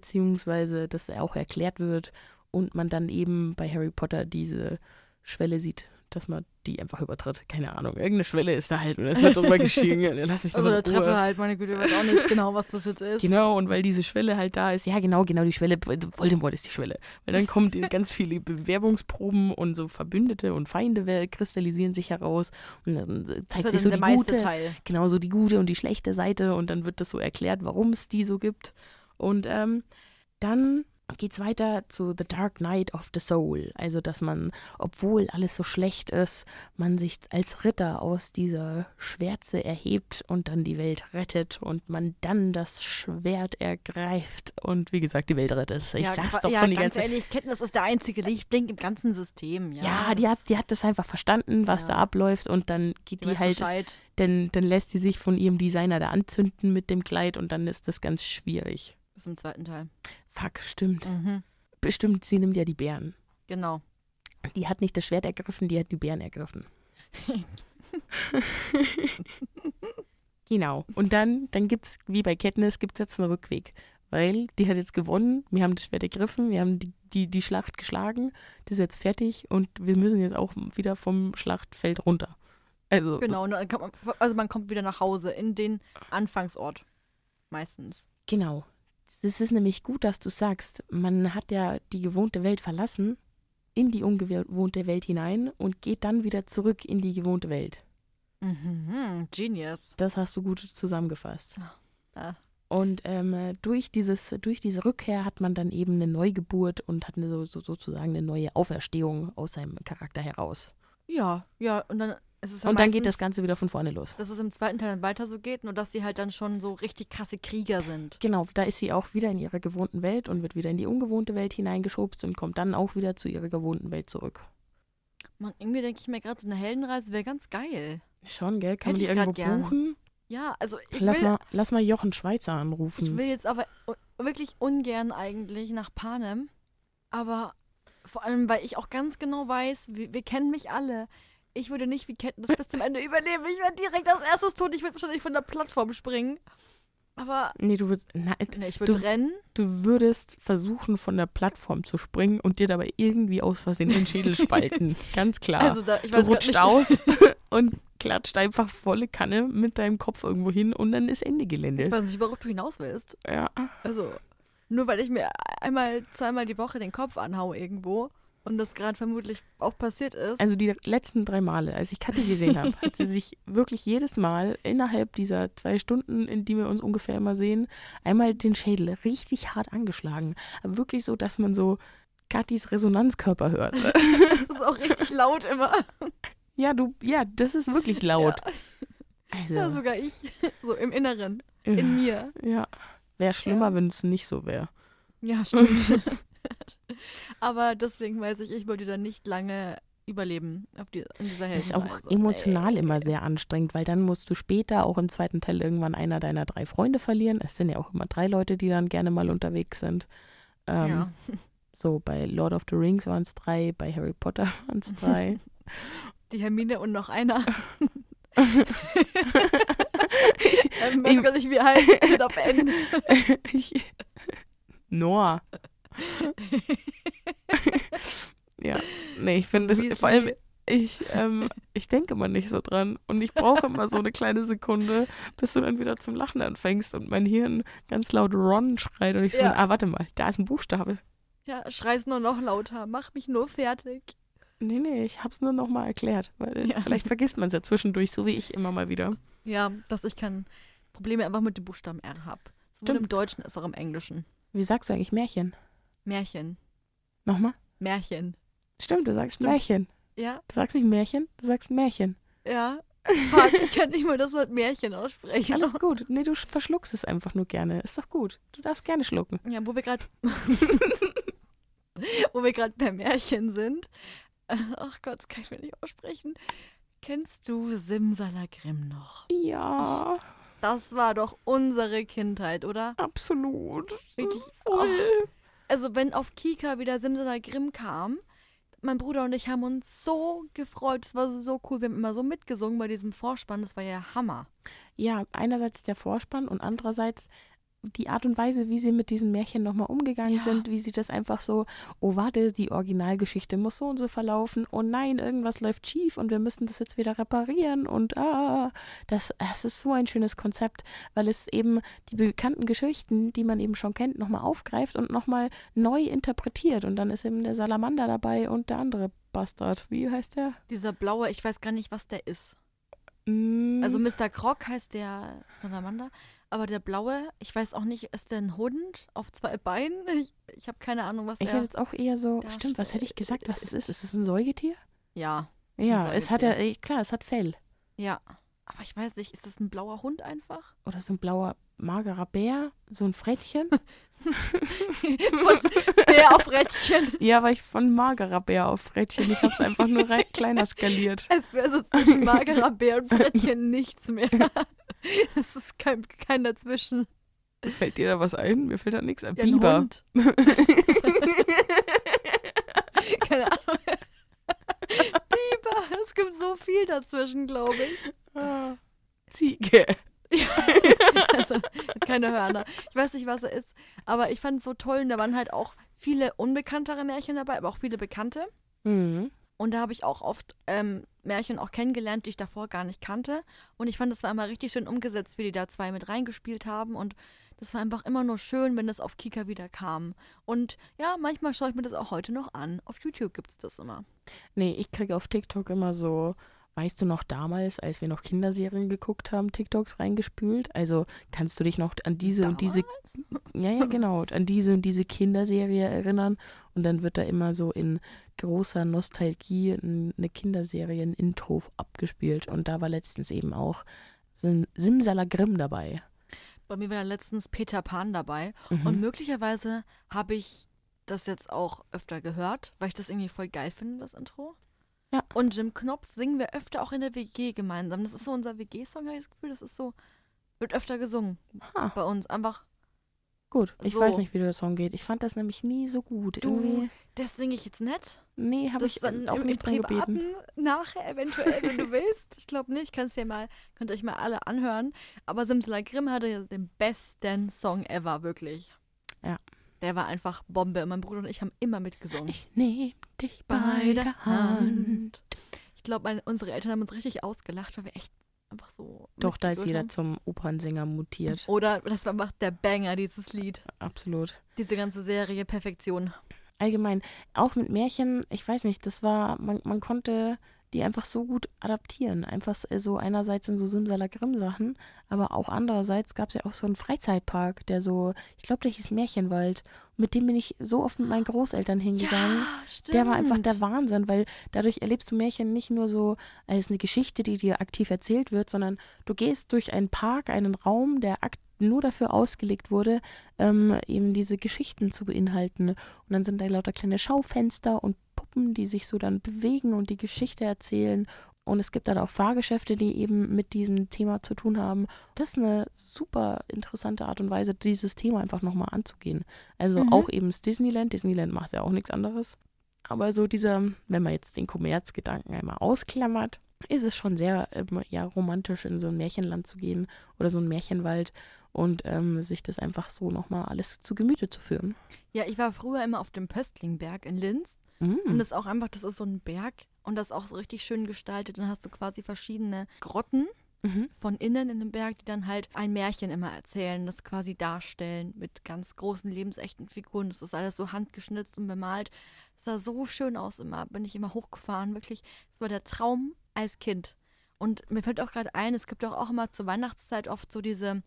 Speaker 1: beziehungsweise dass er auch erklärt wird und man dann eben bei Harry Potter diese Schwelle sieht, dass man die einfach übertritt. Keine Ahnung, irgendeine Schwelle ist da halt und ist halt drüber geschieden. Lass mich doch
Speaker 2: Also
Speaker 1: in
Speaker 2: der
Speaker 1: Ruhe.
Speaker 2: Treppe halt, meine Güte, weiß auch nicht genau, was das jetzt ist.
Speaker 1: Genau, und weil diese Schwelle halt da ist, ja genau, genau, die Schwelle, Voldemort ist die Schwelle. Weil dann kommen die ganz viele Bewerbungsproben und so Verbündete und Feinde wer- kristallisieren sich heraus und dann
Speaker 2: Das ist
Speaker 1: zeigt
Speaker 2: ja
Speaker 1: sich
Speaker 2: dann
Speaker 1: so
Speaker 2: der
Speaker 1: die
Speaker 2: meiste
Speaker 1: gute,
Speaker 2: Teil.
Speaker 1: genau so die gute und die schlechte Seite und dann wird das so erklärt, warum es die so gibt. Und ähm, dann geht's weiter zu The Dark Knight of the Soul. Also, dass man, obwohl alles so schlecht ist, man sich als Ritter aus dieser Schwärze erhebt und dann die Welt rettet und man dann das Schwert ergreift und wie gesagt, die Welt rettet. Ich
Speaker 2: ja,
Speaker 1: sag's
Speaker 2: qua-
Speaker 1: doch
Speaker 2: ja,
Speaker 1: schon die
Speaker 2: ganz
Speaker 1: ganze Zeit.
Speaker 2: ehrlich, Kenntnis ist der einzige Lichtblink im ganzen System. Ja,
Speaker 1: Ja, die,
Speaker 2: das-
Speaker 1: hat, die hat das einfach verstanden, was
Speaker 2: Ja.
Speaker 1: da abläuft und dann geht
Speaker 2: die
Speaker 1: die,
Speaker 2: weiß
Speaker 1: halt
Speaker 2: Bescheid.
Speaker 1: dann, dann lässt sie sich von ihrem Designer da anzünden mit dem Kleid und dann ist das ganz schwierig.
Speaker 2: Bis zum zweiten Teil.
Speaker 1: Fuck, stimmt.
Speaker 2: Mhm.
Speaker 1: Bestimmt, sie nimmt ja die Bären.
Speaker 2: Genau.
Speaker 1: Die hat nicht das Schwert ergriffen, die hat die Bären ergriffen. genau. Und dann, dann gibt es, wie bei Katniss, gibt es jetzt einen Rückweg. Weil die hat jetzt gewonnen, wir haben das Schwert ergriffen, wir haben die, die, die Schlacht geschlagen, das ist jetzt fertig und wir müssen jetzt auch wieder vom Schlachtfeld runter. Also,
Speaker 2: Genau. Und dann kommt man, also man kommt wieder nach Hause in den Anfangsort. Meistens.
Speaker 1: Genau. Es ist nämlich gut, dass du sagst, man hat ja die gewohnte Welt verlassen, in die ungewohnte Welt hinein und geht dann wieder zurück in die gewohnte Welt.
Speaker 2: Mhm. Genius.
Speaker 1: Das hast du gut zusammengefasst.
Speaker 2: Ah.
Speaker 1: Und ähm, durch, dieses, durch diese Rückkehr hat man dann eben eine Neugeburt und hat eine, so, so, sozusagen eine neue Auferstehung aus seinem Charakter heraus.
Speaker 2: Ja, ja. Und dann ist es ja
Speaker 1: und dann geht
Speaker 2: meistens,
Speaker 1: das Ganze wieder von vorne los.
Speaker 2: dass es im zweiten Teil dann weiter so geht, nur dass sie halt dann schon so richtig krasse Krieger sind.
Speaker 1: Genau, da ist sie auch wieder in ihrer gewohnten Welt und wird wieder in die ungewohnte Welt hineingeschubst und kommt dann auch wieder zu ihrer gewohnten Welt zurück.
Speaker 2: Mann, irgendwie denke ich mir gerade, so eine Heldenreise wäre ganz geil.
Speaker 1: Schon, gell? Kann
Speaker 2: Hätte
Speaker 1: man die
Speaker 2: ich grad
Speaker 1: irgendwo
Speaker 2: gern.
Speaker 1: buchen?
Speaker 2: Ja, also ich
Speaker 1: Lass
Speaker 2: will,
Speaker 1: mal, lass mal Jochen Schweizer
Speaker 2: ich
Speaker 1: anrufen.
Speaker 2: will jetzt aber u- wirklich ungern eigentlich nach Panem, Aber vor allem, weil ich auch ganz genau weiß, wir, wir kennen mich alle. Ich würde nicht wie Ketten das bis zum Ende überleben. Ich werde direkt als erstes tot. Ich würde wahrscheinlich von der Plattform springen. Aber
Speaker 1: Nee, du würdest, na,
Speaker 2: nee, ich würde
Speaker 1: Du-
Speaker 2: rennen.
Speaker 1: du würdest versuchen, von der Plattform zu springen und dir dabei irgendwie aus Versehen den Schädel spalten. Ganz klar.
Speaker 2: Also da, ich
Speaker 1: du
Speaker 2: weiß grad
Speaker 1: rutscht
Speaker 2: nicht.
Speaker 1: aus und klatscht einfach volle Kanne mit deinem Kopf irgendwo hin und dann ist Ende
Speaker 2: Ich
Speaker 1: Gelände.
Speaker 2: weiß nicht, worauf du hinaus willst.
Speaker 1: Ja.
Speaker 2: Also, nur weil ich mir einmal, zweimal die Woche den Kopf anhaue irgendwo und das gerade vermutlich auch passiert ist.
Speaker 1: Also die letzten drei Male, als ich Kathi gesehen habe, hat sie sich wirklich jedes Mal innerhalb dieser zwei Stunden, in die wir uns ungefähr immer sehen, einmal den Schädel richtig hart angeschlagen. Aber wirklich so, dass man so Kathis Resonanzkörper hört.
Speaker 2: das ist auch richtig laut immer.
Speaker 1: Ja, du, ja, das ist wirklich laut.
Speaker 2: Das war
Speaker 1: Also,
Speaker 2: sogar ich. So im Inneren,
Speaker 1: ja,
Speaker 2: in mir.
Speaker 1: ja. wäre schlimmer, wenn es nicht so wäre.
Speaker 2: Ja, stimmt. Aber deswegen weiß ich, ich würde da nicht lange überleben auf die, in dieser
Speaker 1: Das ist
Speaker 2: Heldenreise.
Speaker 1: auch emotional immer sehr anstrengend, weil dann musst du später auch im zweiten Teil irgendwann einer deiner drei Freunde verlieren. Es sind ja auch immer drei Leute, die dann gerne mal unterwegs sind.
Speaker 2: Nee.
Speaker 1: Ähm,
Speaker 2: Ja.
Speaker 1: So, bei Lord of the Rings waren es drei, bei Harry Potter waren es drei.
Speaker 2: Die Hermine und noch einer. ähm,
Speaker 1: Ich-
Speaker 2: weiß gar nicht, wie er heißt. Steht auf N.
Speaker 1: Ich- Noah. ja, nee, ich finde
Speaker 2: Weasley.
Speaker 1: es vor allem. Ich, ähm, ich denke mal nicht so dran und ich brauche immer so eine kleine Sekunde, bis du dann wieder zum Lachen anfängst und mein Hirn ganz laut Ron schreit und ich so,
Speaker 2: Ja.
Speaker 1: ah, warte mal, da ist ein Buchstabe.
Speaker 2: Ja, schrei's nur noch lauter. Mach mich nur fertig.
Speaker 1: Nee, nee, ich hab's nur nochmal erklärt, weil äh,
Speaker 2: Ja.
Speaker 1: vielleicht vergisst man es ja zwischendurch, so wie ich immer mal wieder.
Speaker 2: Ja, dass ich kann Probleme einfach mit dem Buchstaben R habe. Sowohl
Speaker 1: Stimmt.
Speaker 2: im Deutschen als auch im Englischen.
Speaker 1: Wie sagst du eigentlich Märchen?
Speaker 2: Märchen.
Speaker 1: Nochmal?
Speaker 2: Märchen.
Speaker 1: Stimmt, du sagst
Speaker 2: Stimmt.
Speaker 1: Märchen.
Speaker 2: Ja,
Speaker 1: Du sagst nicht Märchen, du sagst Märchen.
Speaker 2: ja. Fuck, ich kann nicht mal das Wort Märchen aussprechen.
Speaker 1: Alles gut. Nee, du sch- verschluckst es einfach nur gerne. Ist doch gut. Du darfst gerne schlucken.
Speaker 2: Ja, wo wir gerade wo wir gerade bei Märchen sind. Äh, Ach Gott, das kann ich mir nicht aussprechen. Kennst du Simsalagrim noch?
Speaker 1: Ja,
Speaker 2: Das war doch unsere Kindheit, oder?
Speaker 1: absolut.
Speaker 2: Wirklich
Speaker 1: voll.
Speaker 2: Also wenn auf Kika wieder Simsalagrim kam, mein Bruder und ich haben uns so gefreut. Das war so, so cool. Wir haben immer so mitgesungen bei diesem Vorspann. Das war ja Hammer.
Speaker 1: Ja, einerseits der Vorspann und andererseits die Art und Weise, wie sie mit diesen Märchen nochmal umgegangen
Speaker 2: Ja.
Speaker 1: sind, wie sie das einfach so, oh warte, die Originalgeschichte muss so und so verlaufen, oh nein, irgendwas läuft schief und wir müssen das jetzt wieder reparieren und ah, das, das ist so ein schönes Konzept, weil es eben die bekannten Geschichten, die man eben schon kennt, nochmal aufgreift und nochmal neu interpretiert und dann ist eben der Salamander dabei und der andere Bastard, wie heißt der?
Speaker 2: Dieser blaue, ich weiß gar nicht, was der ist.
Speaker 1: Mm,
Speaker 2: Also Mr. Krog heißt der Salamander. Aber der blaue, ich weiß auch nicht, ist der ein Hund auf zwei Beinen? Ich, ich habe keine Ahnung, was
Speaker 1: ich hätte
Speaker 2: er...
Speaker 1: jetzt auch eher so,
Speaker 2: Da
Speaker 1: stimmt, was hätte ich gesagt, was es ist? Ist es ein Säugetier?
Speaker 2: Ja,
Speaker 1: Ja, es hat ja,
Speaker 2: Säugetier.
Speaker 1: eh, klar, es hat Fell.
Speaker 2: ja. Aber ich weiß nicht, ist das ein blauer Hund einfach?
Speaker 1: Oder so ein blauer, magerer Bär, so ein Frettchen.
Speaker 2: Bär auf Rädchen.
Speaker 1: ja, aber ich von magerer Bär auf Frettchen. Ich hab's einfach nur rei- kleiner skaliert.
Speaker 2: Es wäre so zwischen magerer Bär und Brettchen nichts mehr. Es ist kein, kein dazwischen.
Speaker 1: Fällt dir da was ein? Mir fällt da nichts ein.
Speaker 2: Ja, ein
Speaker 1: Biber.
Speaker 2: Hund. Keine Ahnung. Biber. Es gibt so viel dazwischen, glaube ich.
Speaker 1: Ah, Ziege.
Speaker 2: Also, keine Hörner. Ich weiß nicht, was er ist. Aber ich fand es so toll. Und da waren halt auch viele unbekanntere Märchen dabei, aber auch viele bekannte.
Speaker 1: Mhm.
Speaker 2: Und da habe ich auch oft ähm, Märchen auch kennengelernt, die ich davor gar nicht kannte. Und ich fand, das war immer richtig schön umgesetzt, wie die da zwei mit reingespielt haben. Und das war einfach immer nur schön, wenn das auf Kika wieder kam. Und ja, manchmal schaue ich mir das auch heute noch an. Auf YouTube gibt es das immer.
Speaker 1: Nee, ich kriege auf TikTok immer so, weißt du noch damals, als wir noch Kinderserien geguckt haben, TikToks reingespült? Also kannst du dich noch an diese und diese Ja, ja, genau. Und An diese und diese Kinderserie erinnern. Und dann wird da immer so in großer Nostalgie n- eine Kinderserie, ein Intro abgespielt. Und da war letztens eben auch so ein Simsalagrim dabei.
Speaker 2: Bei mir war da letztens Peter Pan dabei.
Speaker 1: Mhm.
Speaker 2: Und möglicherweise habe ich das jetzt auch öfter gehört, weil ich das irgendwie voll geil finde, das Intro.
Speaker 1: Ja.
Speaker 2: Und Jim Knopf singen wir öfter auch in der WG gemeinsam. Das ist so unser WG-Song, habe ich das Gefühl. Das ist so, wird öfter gesungen
Speaker 1: Ah.
Speaker 2: bei uns. Einfach,
Speaker 1: Gut, ich
Speaker 2: So.
Speaker 1: weiß nicht, wie der Song geht. Ich fand das nämlich nie so gut.
Speaker 2: Du,
Speaker 1: Irgendwie,
Speaker 2: Das singe ich jetzt nicht.
Speaker 1: nee, habe
Speaker 2: das
Speaker 1: ich
Speaker 2: dann
Speaker 1: auch
Speaker 2: im-
Speaker 1: nicht
Speaker 2: im
Speaker 1: dran gebeten.
Speaker 2: Privaten nachher eventuell, wenn du willst. Ich glaube nicht. Kannst dir mal, könnt euch mal alle anhören. Aber Simsala Grimm hatte ja den besten Song ever, wirklich.
Speaker 1: Ja.
Speaker 2: Der war einfach Bombe. Mein Bruder und ich haben immer mitgesungen.
Speaker 1: Ich nehme dich bei der Hand.
Speaker 2: Ich glaube, unsere Eltern haben uns richtig ausgelacht, weil wir echt einfach so.
Speaker 1: Doch, da ist
Speaker 2: mitgegurt
Speaker 1: jeder
Speaker 2: haben.
Speaker 1: zum Opernsänger mutiert.
Speaker 2: Oder das war einfach der Banger, dieses Lied.
Speaker 1: Absolut.
Speaker 2: Diese ganze Serie Perfektion.
Speaker 1: allgemein, auch mit Märchen, ich weiß nicht, das war, man, man konnte die einfach so gut adaptieren. Einfach s- äh, so einerseits in so Simsalagrim-Sachen, aber auch andererseits gab es ja auch so einen Freizeitpark, der so, ich glaube, der hieß Märchenwald. Mit dem bin ich so oft mit meinen Großeltern hingegangen.
Speaker 2: stimmt.
Speaker 1: Der war einfach der Wahnsinn, weil dadurch erlebst du Märchen nicht nur so als eine Geschichte, die dir aktiv erzählt wird, sondern du gehst durch einen Park, einen Raum, der akt nur dafür ausgelegt wurde, ähm, eben diese Geschichten zu beinhalten. Und dann sind da lauter kleine Schaufenster und Puppen, die sich so dann bewegen und die Geschichte erzählen. Und es gibt dann auch Fahrgeschäfte, die eben mit diesem Thema zu tun haben. Das ist eine super interessante Art und Weise, dieses Thema einfach nochmal anzugehen. Also
Speaker 2: Mhm.
Speaker 1: auch eben das Disneyland. Disneyland macht ja auch nichts anderes. Aber so dieser, wenn man jetzt den Kommerzgedanken einmal ausklammert, ist es schon sehr ähm, ja, romantisch, in so ein Märchenland zu gehen oder so ein Märchenwald und ähm, sich das einfach so nochmal alles zu Gemüte zu führen.
Speaker 2: Ja, ich war früher immer auf dem Pöstlingberg in Linz. Und
Speaker 1: Mm.
Speaker 2: das ist auch einfach, das ist so ein Berg und das ist auch so richtig schön gestaltet. Dann hast du quasi verschiedene Grotten
Speaker 1: Mhm.
Speaker 2: von innen in dem Berg, die dann halt ein Märchen immer erzählen, das quasi darstellen mit ganz großen lebensechten Figuren. Das ist alles so handgeschnitzt und bemalt. Das sah so schön aus immer. Bin ich immer hochgefahren, wirklich. Das war der Traum als Kind. Und mir fällt auch gerade ein, es gibt doch auch immer zur Weihnachtszeit oft so diese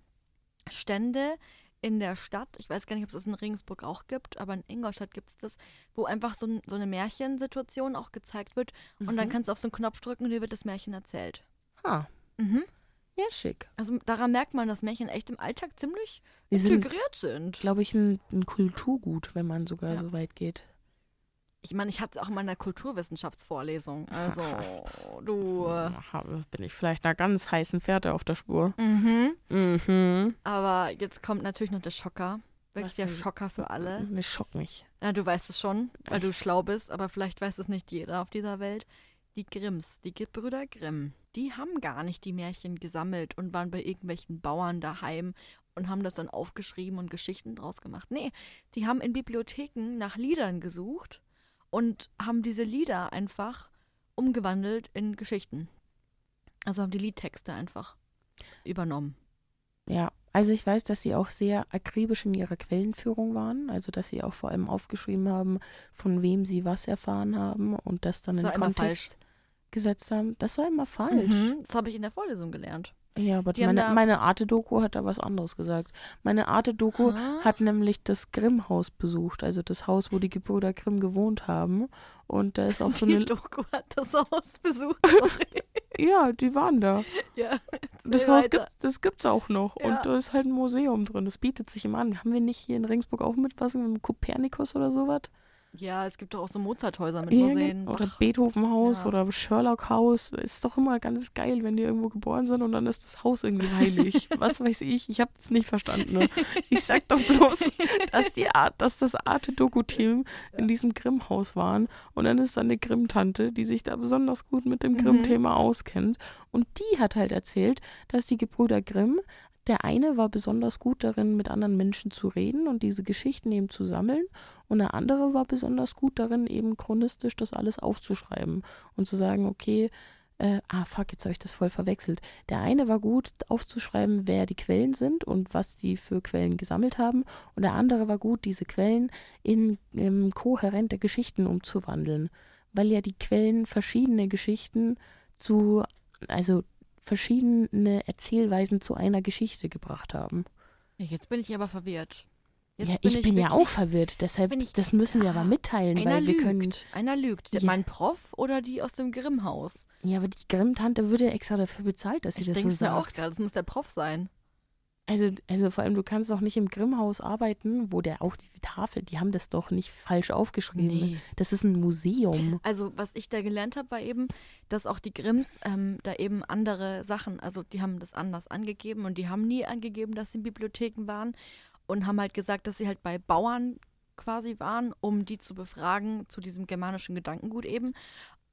Speaker 2: Stände in der Stadt. Ich weiß gar nicht, ob es das in Regensburg auch gibt, aber in Ingolstadt gibt es das, wo einfach so, ein, so eine Märchensituation auch gezeigt wird. Und dann
Speaker 1: Mhm.
Speaker 2: kannst du auf so einen Knopf drücken und dir wird das Märchen erzählt.
Speaker 1: Ah,
Speaker 2: Mhm.
Speaker 1: ja, schick.
Speaker 2: Also daran merkt man, dass Märchen echt im Alltag ziemlich
Speaker 1: Wir sind,
Speaker 2: integriert sind.
Speaker 1: glaube ich, ein, ein Kulturgut, wenn man sogar
Speaker 2: Ja.
Speaker 1: so weit geht.
Speaker 2: Ich meine, ich hatte es auch in meiner Kulturwissenschaftsvorlesung. Also, du.
Speaker 1: Aha, bin ich vielleicht einer ganz heißen Fährte auf der Spur.
Speaker 2: Mhm.
Speaker 1: Mhm.
Speaker 2: Aber jetzt kommt natürlich noch der Schocker. Wirklich
Speaker 1: Was
Speaker 2: der
Speaker 1: denn?
Speaker 2: Schocker für alle.
Speaker 1: Das schockt mich.
Speaker 2: Ja, du weißt es schon, weil du
Speaker 1: Ich-
Speaker 2: schlau bist, aber vielleicht weiß es nicht jeder auf dieser Welt. Die Grimms, die Gebrüder Grimm, die haben gar nicht die Märchen gesammelt und waren bei irgendwelchen Bauern daheim und haben das dann aufgeschrieben und Geschichten draus gemacht. Nee, die haben in Bibliotheken nach Liedern gesucht und haben diese Lieder einfach umgewandelt in Geschichten. Also haben die Liedtexte einfach übernommen.
Speaker 1: Ja, also ich weiß, dass sie auch sehr akribisch in ihrer Quellenführung waren. Also dass sie auch vor allem aufgeschrieben haben, von wem sie was erfahren haben und das dann
Speaker 2: Das
Speaker 1: in
Speaker 2: war immer
Speaker 1: Kontext gesetzt haben. Das war immer falsch.
Speaker 2: Mhm, das habe ich in der Vorlesung gelernt.
Speaker 1: Ja, aber
Speaker 2: Die haben
Speaker 1: meine,
Speaker 2: da-
Speaker 1: meine Arte-Doku hat da was anderes gesagt. Meine Arte-Doku
Speaker 2: Ah.
Speaker 1: hat nämlich das Grimm-Haus besucht, also das Haus, wo die Gebrüder Grimm gewohnt haben. Und da ist auch so
Speaker 2: die
Speaker 1: eine.
Speaker 2: Doku hat das Haus besucht. Sorry.
Speaker 1: Ja, die waren da.
Speaker 2: ja,
Speaker 1: Das
Speaker 2: erzähl
Speaker 1: Haus
Speaker 2: weiter.
Speaker 1: gibt, das gibt's auch noch.
Speaker 2: Ja.
Speaker 1: Und da ist halt ein Museum drin. Das bietet sich immer an. Haben wir nicht hier in Regensburg auch mit was, mit dem Kopernikus oder sowas?
Speaker 2: Ja, es gibt doch auch so Mozarthäuser mit
Speaker 1: Ja,
Speaker 2: Museen.
Speaker 1: genau. Oder
Speaker 2: Ach,
Speaker 1: Beethovenhaus
Speaker 2: ja.
Speaker 1: oder Sherlockhaus. Ist doch immer ganz geil, wenn die irgendwo geboren sind und dann ist das Haus irgendwie heilig. Was weiß ich, ich habe das nicht verstanden. Ne? Ich sag doch bloß, dass, die Art, dass das Arte-Doku-Team in diesem Grimm-Haus waren und dann ist da eine Grimm-Tante, die sich da besonders gut mit dem
Speaker 2: Mhm.
Speaker 1: Grimm-Thema auskennt. Und die hat halt erzählt, dass die Gebrüder Grimm der eine war besonders gut darin, mit anderen Menschen zu reden und diese Geschichten eben zu sammeln. Und der andere war besonders gut darin, eben chronistisch das alles aufzuschreiben und zu sagen, okay, äh, ah fuck, jetzt habe ich das voll verwechselt. Der eine war gut aufzuschreiben, wer die Quellen sind und was die für Quellen gesammelt haben. Und der andere war gut, diese Quellen in ähm, kohärente Geschichten umzuwandeln, weil ja die Quellen verschiedene Geschichten zu, also verschiedene Erzählweisen zu einer Geschichte gebracht haben.
Speaker 2: Jetzt bin ich aber verwirrt. Jetzt
Speaker 1: ja, ich bin ja
Speaker 2: wirklich-
Speaker 1: auch verwirrt, deshalb,
Speaker 2: bin ich-
Speaker 1: das müssen wir aber
Speaker 2: Ah,
Speaker 1: mitteilen,
Speaker 2: Einer
Speaker 1: weil wir
Speaker 2: lügt.
Speaker 1: können,
Speaker 2: Einer lügt. Der-
Speaker 1: Ja.
Speaker 2: Mein Prof oder die aus dem Grimmhaus?
Speaker 1: ja, aber die Grimm-Tante würde ja extra dafür bezahlt, dass sie
Speaker 2: Ich
Speaker 1: das
Speaker 2: denke
Speaker 1: so
Speaker 2: es mir auch
Speaker 1: sagt.
Speaker 2: gerade. Das muss der Prof sein.
Speaker 1: Also, also vor allem, du kannst doch nicht im Grimm-Haus arbeiten, wo der auch die Tafel, die haben das doch nicht falsch aufgeschrieben. Das ist ein Museum.
Speaker 2: Also, was ich da gelernt habe, war eben, dass auch die Grimms ähm, da eben andere Sachen, also die haben das anders angegeben und die haben nie angegeben, dass sie in Bibliotheken waren. und haben halt gesagt, dass sie halt bei Bauern quasi waren, um die zu befragen zu diesem germanischen Gedankengut eben.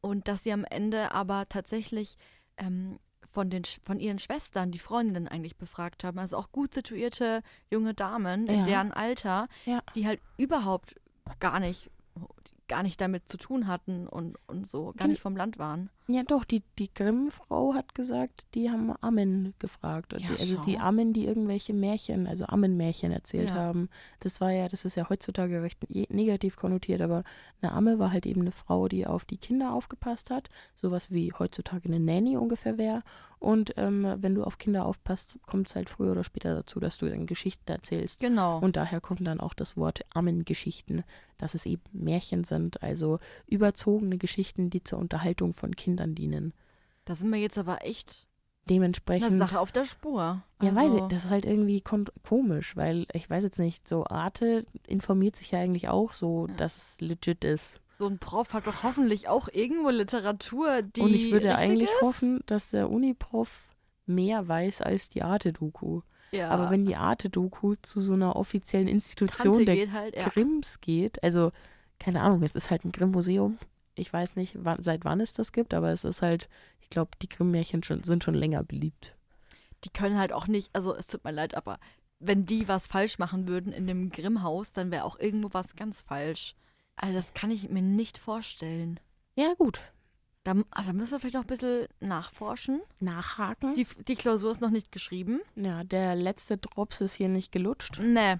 Speaker 2: Und dass sie am Ende aber tatsächlich ähm, von, den, Sch- von ihren Schwestern, die Freundinnen eigentlich befragt haben. Also auch gut situierte junge Damen
Speaker 1: Ja.
Speaker 2: in deren Alter,
Speaker 1: Ja.
Speaker 2: die halt überhaupt gar nicht, gar nicht damit zu tun hatten und, und so, gar
Speaker 1: Gen-
Speaker 2: nicht vom Land waren.
Speaker 1: Ja, doch, die, die Grimm-Frau hat gesagt, die haben Ammen gefragt. Und
Speaker 2: Ja,
Speaker 1: die, also
Speaker 2: schau.
Speaker 1: die Ammen, die irgendwelche Märchen, also Ammenmärchen erzählt
Speaker 2: Ja.
Speaker 1: haben. Das war ja, das ist ja heutzutage recht je- negativ konnotiert, aber eine Amme war halt eben eine Frau, die auf die Kinder aufgepasst hat. Sowas wie heutzutage eine Nanny ungefähr wäre. Und ähm, wenn du auf Kinder aufpasst, kommt es halt früher oder später dazu, dass du dann Geschichten erzählst.
Speaker 2: Genau.
Speaker 1: Und daher kommt dann auch das Wort Ammengeschichten, dass es eben Märchen sind, also überzogene Geschichten, die zur Unterhaltung von Kindern dienen.
Speaker 2: da sind wir jetzt aber echt einer
Speaker 1: Dementsprechend.
Speaker 2: Sache auf der Spur.
Speaker 1: Ja, weiß
Speaker 2: Also,
Speaker 1: ich, das ist halt irgendwie kon- komisch, weil ich weiß jetzt nicht, so Arte informiert sich ja eigentlich auch so,
Speaker 2: Ja.
Speaker 1: dass es legit ist.
Speaker 2: So ein Prof hat doch hoffentlich auch irgendwo Literatur, die.
Speaker 1: Und ich würde
Speaker 2: richtig
Speaker 1: eigentlich
Speaker 2: ist.
Speaker 1: hoffen, dass der Uniprof mehr weiß als die Arte-Doku.
Speaker 2: Ja.
Speaker 1: Aber wenn die Arte-Doku zu so einer offiziellen Institution
Speaker 2: Tante
Speaker 1: der
Speaker 2: geht halt, ja.
Speaker 1: Grimms geht. Also, keine Ahnung, es ist halt ein Grimm-Museum. Ich weiß nicht, wann, seit wann es das gibt, aber es ist halt, ich glaube, die Grimm-Märchen schon, sind schon länger beliebt.
Speaker 2: die können halt auch nicht, also es tut mir leid, aber wenn die was falsch machen würden in dem Grimm-Haus, dann wäre auch irgendwo was ganz falsch. Also das kann ich mir nicht vorstellen.
Speaker 1: Ja, gut.
Speaker 2: Da, ah, da müssen wir vielleicht noch ein bisschen nachforschen.
Speaker 1: Nachhaken.
Speaker 2: Die, die Klausur ist noch nicht geschrieben.
Speaker 1: ja, der letzte Drops ist hier nicht gelutscht.
Speaker 2: Nee.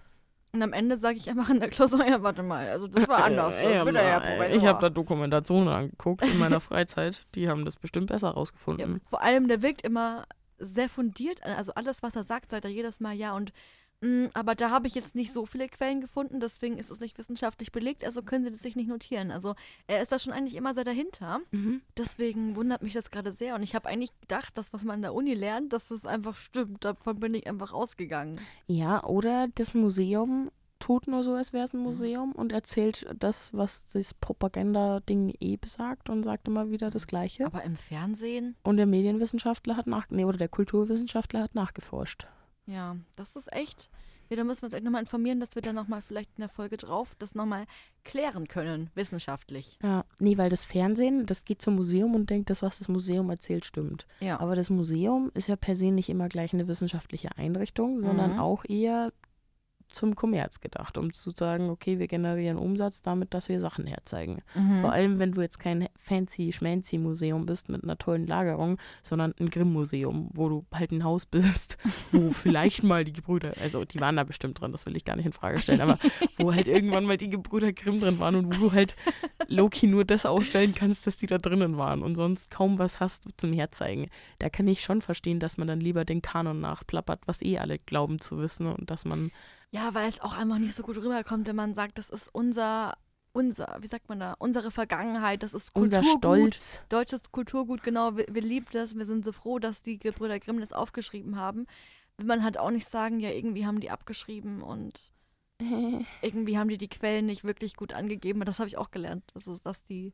Speaker 2: Und am Ende sage ich einfach in der Klausur, ja, warte mal, also das war anders.
Speaker 1: Äh,
Speaker 2: Ich bin ja,
Speaker 1: nein.
Speaker 2: Professor.
Speaker 1: ich habe da Dokumentationen angeguckt in meiner Freizeit. Die haben das bestimmt besser
Speaker 2: Ja,
Speaker 1: rausgefunden.
Speaker 2: vor allem, der wirkt immer sehr fundiert. Also alles, was er sagt, sagt er jedes Mal ja. Und mm, aber da habe ich jetzt nicht so viele Quellen gefunden, deswegen ist es nicht wissenschaftlich belegt, also können sie das sich nicht notieren. Also er ist da schon eigentlich immer sehr dahinter.
Speaker 1: Mhm.
Speaker 2: Deswegen wundert mich das gerade sehr. Und ich habe eigentlich gedacht, das, was man in der Uni lernt, dass das einfach stimmt. Davon bin ich einfach ausgegangen.
Speaker 1: Ja, oder das Museum tut nur so, als wäre es ein Museum und erzählt das, was das Propaganda-Ding eh besagt und sagt immer wieder das Gleiche.
Speaker 2: Aber im Fernsehen,
Speaker 1: Und der Medienwissenschaftler hat nach, nee, oder der Kulturwissenschaftler hat nachgeforscht.
Speaker 2: ja, das ist echt. Ja, da müssen wir uns echt nochmal informieren, dass wir dann nochmal vielleicht in der Folge drauf das nochmal klären können, wissenschaftlich.
Speaker 1: Ja, nee, weil das Fernsehen, das geht zum Museum und denkt, das, was das Museum erzählt, stimmt.
Speaker 2: Ja.
Speaker 1: Aber das Museum ist ja per se nicht immer gleich eine wissenschaftliche Einrichtung, sondern
Speaker 2: Mhm.
Speaker 1: auch eher zum Kommerz gedacht, um zu sagen, okay, wir generieren Umsatz damit, dass wir Sachen herzeigen.
Speaker 2: Mhm.
Speaker 1: Vor allem, wenn du jetzt kein fancy schmancy Museum bist mit einer tollen Lagerung, sondern ein Grimm Museum, wo du halt ein Haus bist, wo vielleicht mal die Gebrüder, also die waren da bestimmt drin, das will ich gar nicht in Frage stellen, aber wo halt irgendwann mal die Gebrüder Grimm drin waren und wo du halt Loki nur das ausstellen kannst, dass die da drinnen waren und sonst kaum was hast zum Herzeigen. Da kann ich schon verstehen, dass man dann lieber den Kanon nachplappert, was eh alle glauben zu wissen und dass man
Speaker 2: Ja, weil es auch einfach nicht so gut rüberkommt, wenn man sagt, das ist unser, unser, wie sagt man da, unsere Vergangenheit, das ist Kulturgut,
Speaker 1: unser Stolz,
Speaker 2: deutsches Kulturgut, genau, wir, wir lieben das, wir sind so froh, dass die Gebrüder Grimm das aufgeschrieben haben. Will man halt auch nicht sagen, ja, irgendwie haben die abgeschrieben und irgendwie haben die die Quellen nicht wirklich gut angegeben. Das habe ich auch gelernt, das ist, dass die,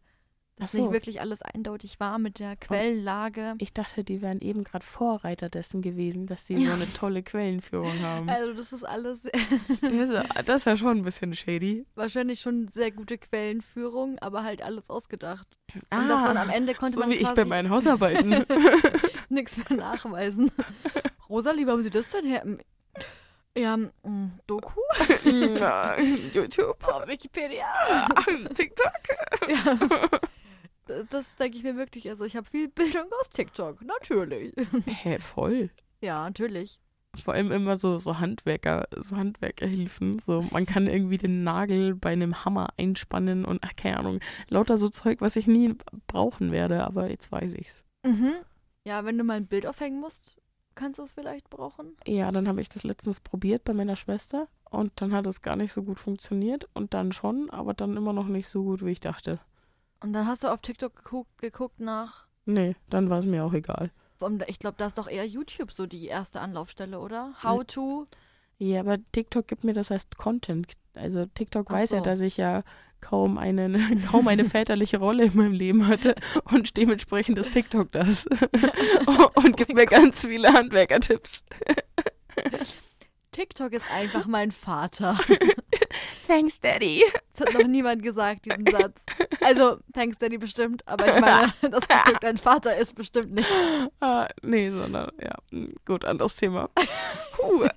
Speaker 2: dass
Speaker 1: Ach so.
Speaker 2: nicht wirklich alles eindeutig war mit der Quellenlage.
Speaker 1: Ich dachte, die wären eben gerade Vorreiter dessen gewesen, dass sie so
Speaker 2: Ja.
Speaker 1: eine tolle Quellenführung haben.
Speaker 2: Also das ist alles
Speaker 1: Das ist, ja, das ist ja schon ein bisschen shady.
Speaker 2: wahrscheinlich schon sehr gute Quellenführung, aber halt alles ausgedacht.
Speaker 1: Ah,
Speaker 2: und dass man am Ende konnte
Speaker 1: so
Speaker 2: man
Speaker 1: wie ich bei
Speaker 2: quasi
Speaker 1: meinen Hausarbeiten.
Speaker 2: nichts mehr nachweisen. Rosalie, warum sie das denn her? Ja, mm, Doku?
Speaker 1: YouTube,
Speaker 2: Oh, Wikipedia?
Speaker 1: TikTok.
Speaker 2: Ja. Das denke ich mir wirklich. Also ich habe viel Bildung aus TikTok, natürlich.
Speaker 1: Hä, voll.
Speaker 2: Ja, natürlich.
Speaker 1: Vor allem immer so, so Handwerker, so Handwerkerhilfen. So, man kann irgendwie den Nagel bei einem Hammer einspannen und ach, keine Ahnung, lauter so Zeug, was ich nie brauchen werde, aber jetzt weiß ich's.
Speaker 2: Mhm. Ja, wenn du mal ein Bild aufhängen musst, kannst du es vielleicht brauchen.
Speaker 1: Ja, dann habe ich das letztens probiert bei meiner Schwester und dann hat es gar nicht so gut funktioniert und dann schon, aber dann immer noch nicht so gut, wie ich dachte.
Speaker 2: Und dann hast du auf TikTok geguckt, geguckt nach.
Speaker 1: Nee, dann war es mir auch egal.
Speaker 2: Warum- Ich glaube, da ist doch eher YouTube so die erste Anlaufstelle, oder? How
Speaker 1: Hm.
Speaker 2: to.
Speaker 1: Ja, aber TikTok gibt mir das heißt Content. Also TikTok
Speaker 2: Ach
Speaker 1: weiß ja,
Speaker 2: so.
Speaker 1: dass ich ja kaum, einen, kaum eine väterliche Rolle in meinem Leben hatte und dementsprechend ist TikTok Oh,
Speaker 2: Oh
Speaker 1: das. und gibt mir ganz viele Handwerkertipps.
Speaker 2: TikTok ist einfach mein Vater.
Speaker 1: Thanks, Daddy.
Speaker 2: Das hat noch niemand gesagt, diesen Satz. Also, thanks Daddy bestimmt, aber ich meine, dass TikTok dein Vater ist, bestimmt nicht.
Speaker 1: Ah, nee, sondern, ja, gut, anderes Thema. Huh.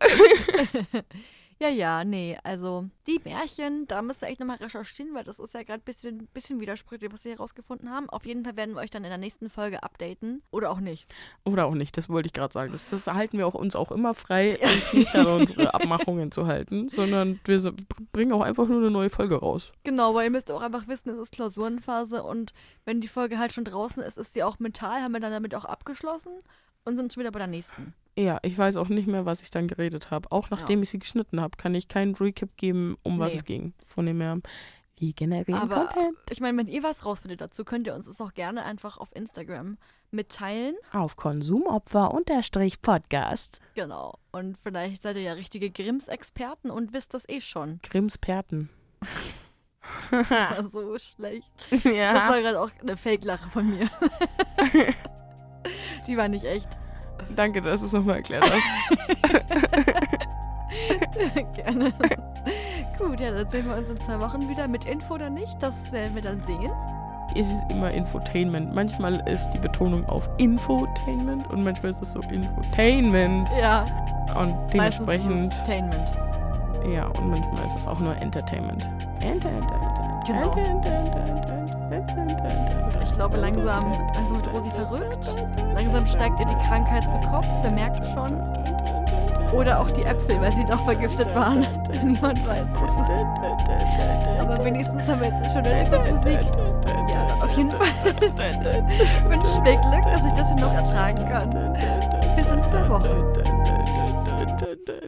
Speaker 2: Ja, ja, nee, also die Märchen, da müsst ihr echt nochmal recherchieren, weil das ist ja gerade ein bisschen, bisschen widersprüchlich, was wir hier rausgefunden haben. Auf jeden Fall werden wir euch dann in der nächsten Folge updaten. Oder auch nicht.
Speaker 1: Oder auch nicht, das wollte ich gerade sagen. Das, das halten wir auch uns auch immer frei, uns nicht an unsere Abmachungen zu halten, sondern wir so- bringen auch einfach nur eine neue Folge raus.
Speaker 2: Genau, weil ihr müsst auch einfach wissen, es ist Klausurenphase und wenn die Folge halt schon draußen ist, ist sie auch mental, haben wir dann damit auch abgeschlossen und sind schon wieder bei der nächsten.
Speaker 1: Ja, ich weiß auch nicht mehr, was ich dann geredet habe. Auch nachdem ich sie geschnitten habe, kann ich keinen Recap geben, um was
Speaker 2: Nee.
Speaker 1: es ging. Von dem her, wir generieren
Speaker 2: Aber-
Speaker 1: Content.
Speaker 2: Ich meine, wenn ihr was rausfindet dazu, könnt ihr uns das auch gerne einfach auf Instagram mitteilen.
Speaker 1: Auf Konsumopfer unterstrich Podcast.
Speaker 2: Genau. Und vielleicht seid ihr ja richtige Grimms-Experten und wisst das eh schon.
Speaker 1: Grimmsperten.
Speaker 2: so schlecht. Das
Speaker 1: ja.
Speaker 2: war gerade auch eine Fake-Lache von mir. Die war nicht echt.
Speaker 1: Danke, dass du es nochmal erklärt hast.
Speaker 2: Gerne. Gut, ja, dann sehen wir uns in zwei Wochen wieder mit Info oder nicht. Das werden wir dann sehen.
Speaker 1: es ist immer Infotainment. Manchmal ist die Betonung auf Infotainment und manchmal ist es so Infotainment.
Speaker 2: Ja,
Speaker 1: Und
Speaker 2: meistens
Speaker 1: dementsprechend,
Speaker 2: ist es Entertainment.
Speaker 1: ja, und manchmal ist es auch nur Entertainment. Enter, enter, enter.
Speaker 2: Genau.
Speaker 1: Enter, enter, enter, enter, enter, enter, enter.
Speaker 2: Ich glaube, langsam, langsam wird Rosi verrückt. Langsam steigt ihr die Krankheit zu Kopf, wer merkt schon. Oder auch die Äpfel, weil sie doch vergiftet waren. Niemand weiß es. Aber wenigstens haben wir jetzt schon eine Musik. Ja, dann auf jeden Fall wünsche ich mir Glück, dass ich das hier noch ertragen kann. Bis in zwei Wochen.
Speaker 1: Wochen.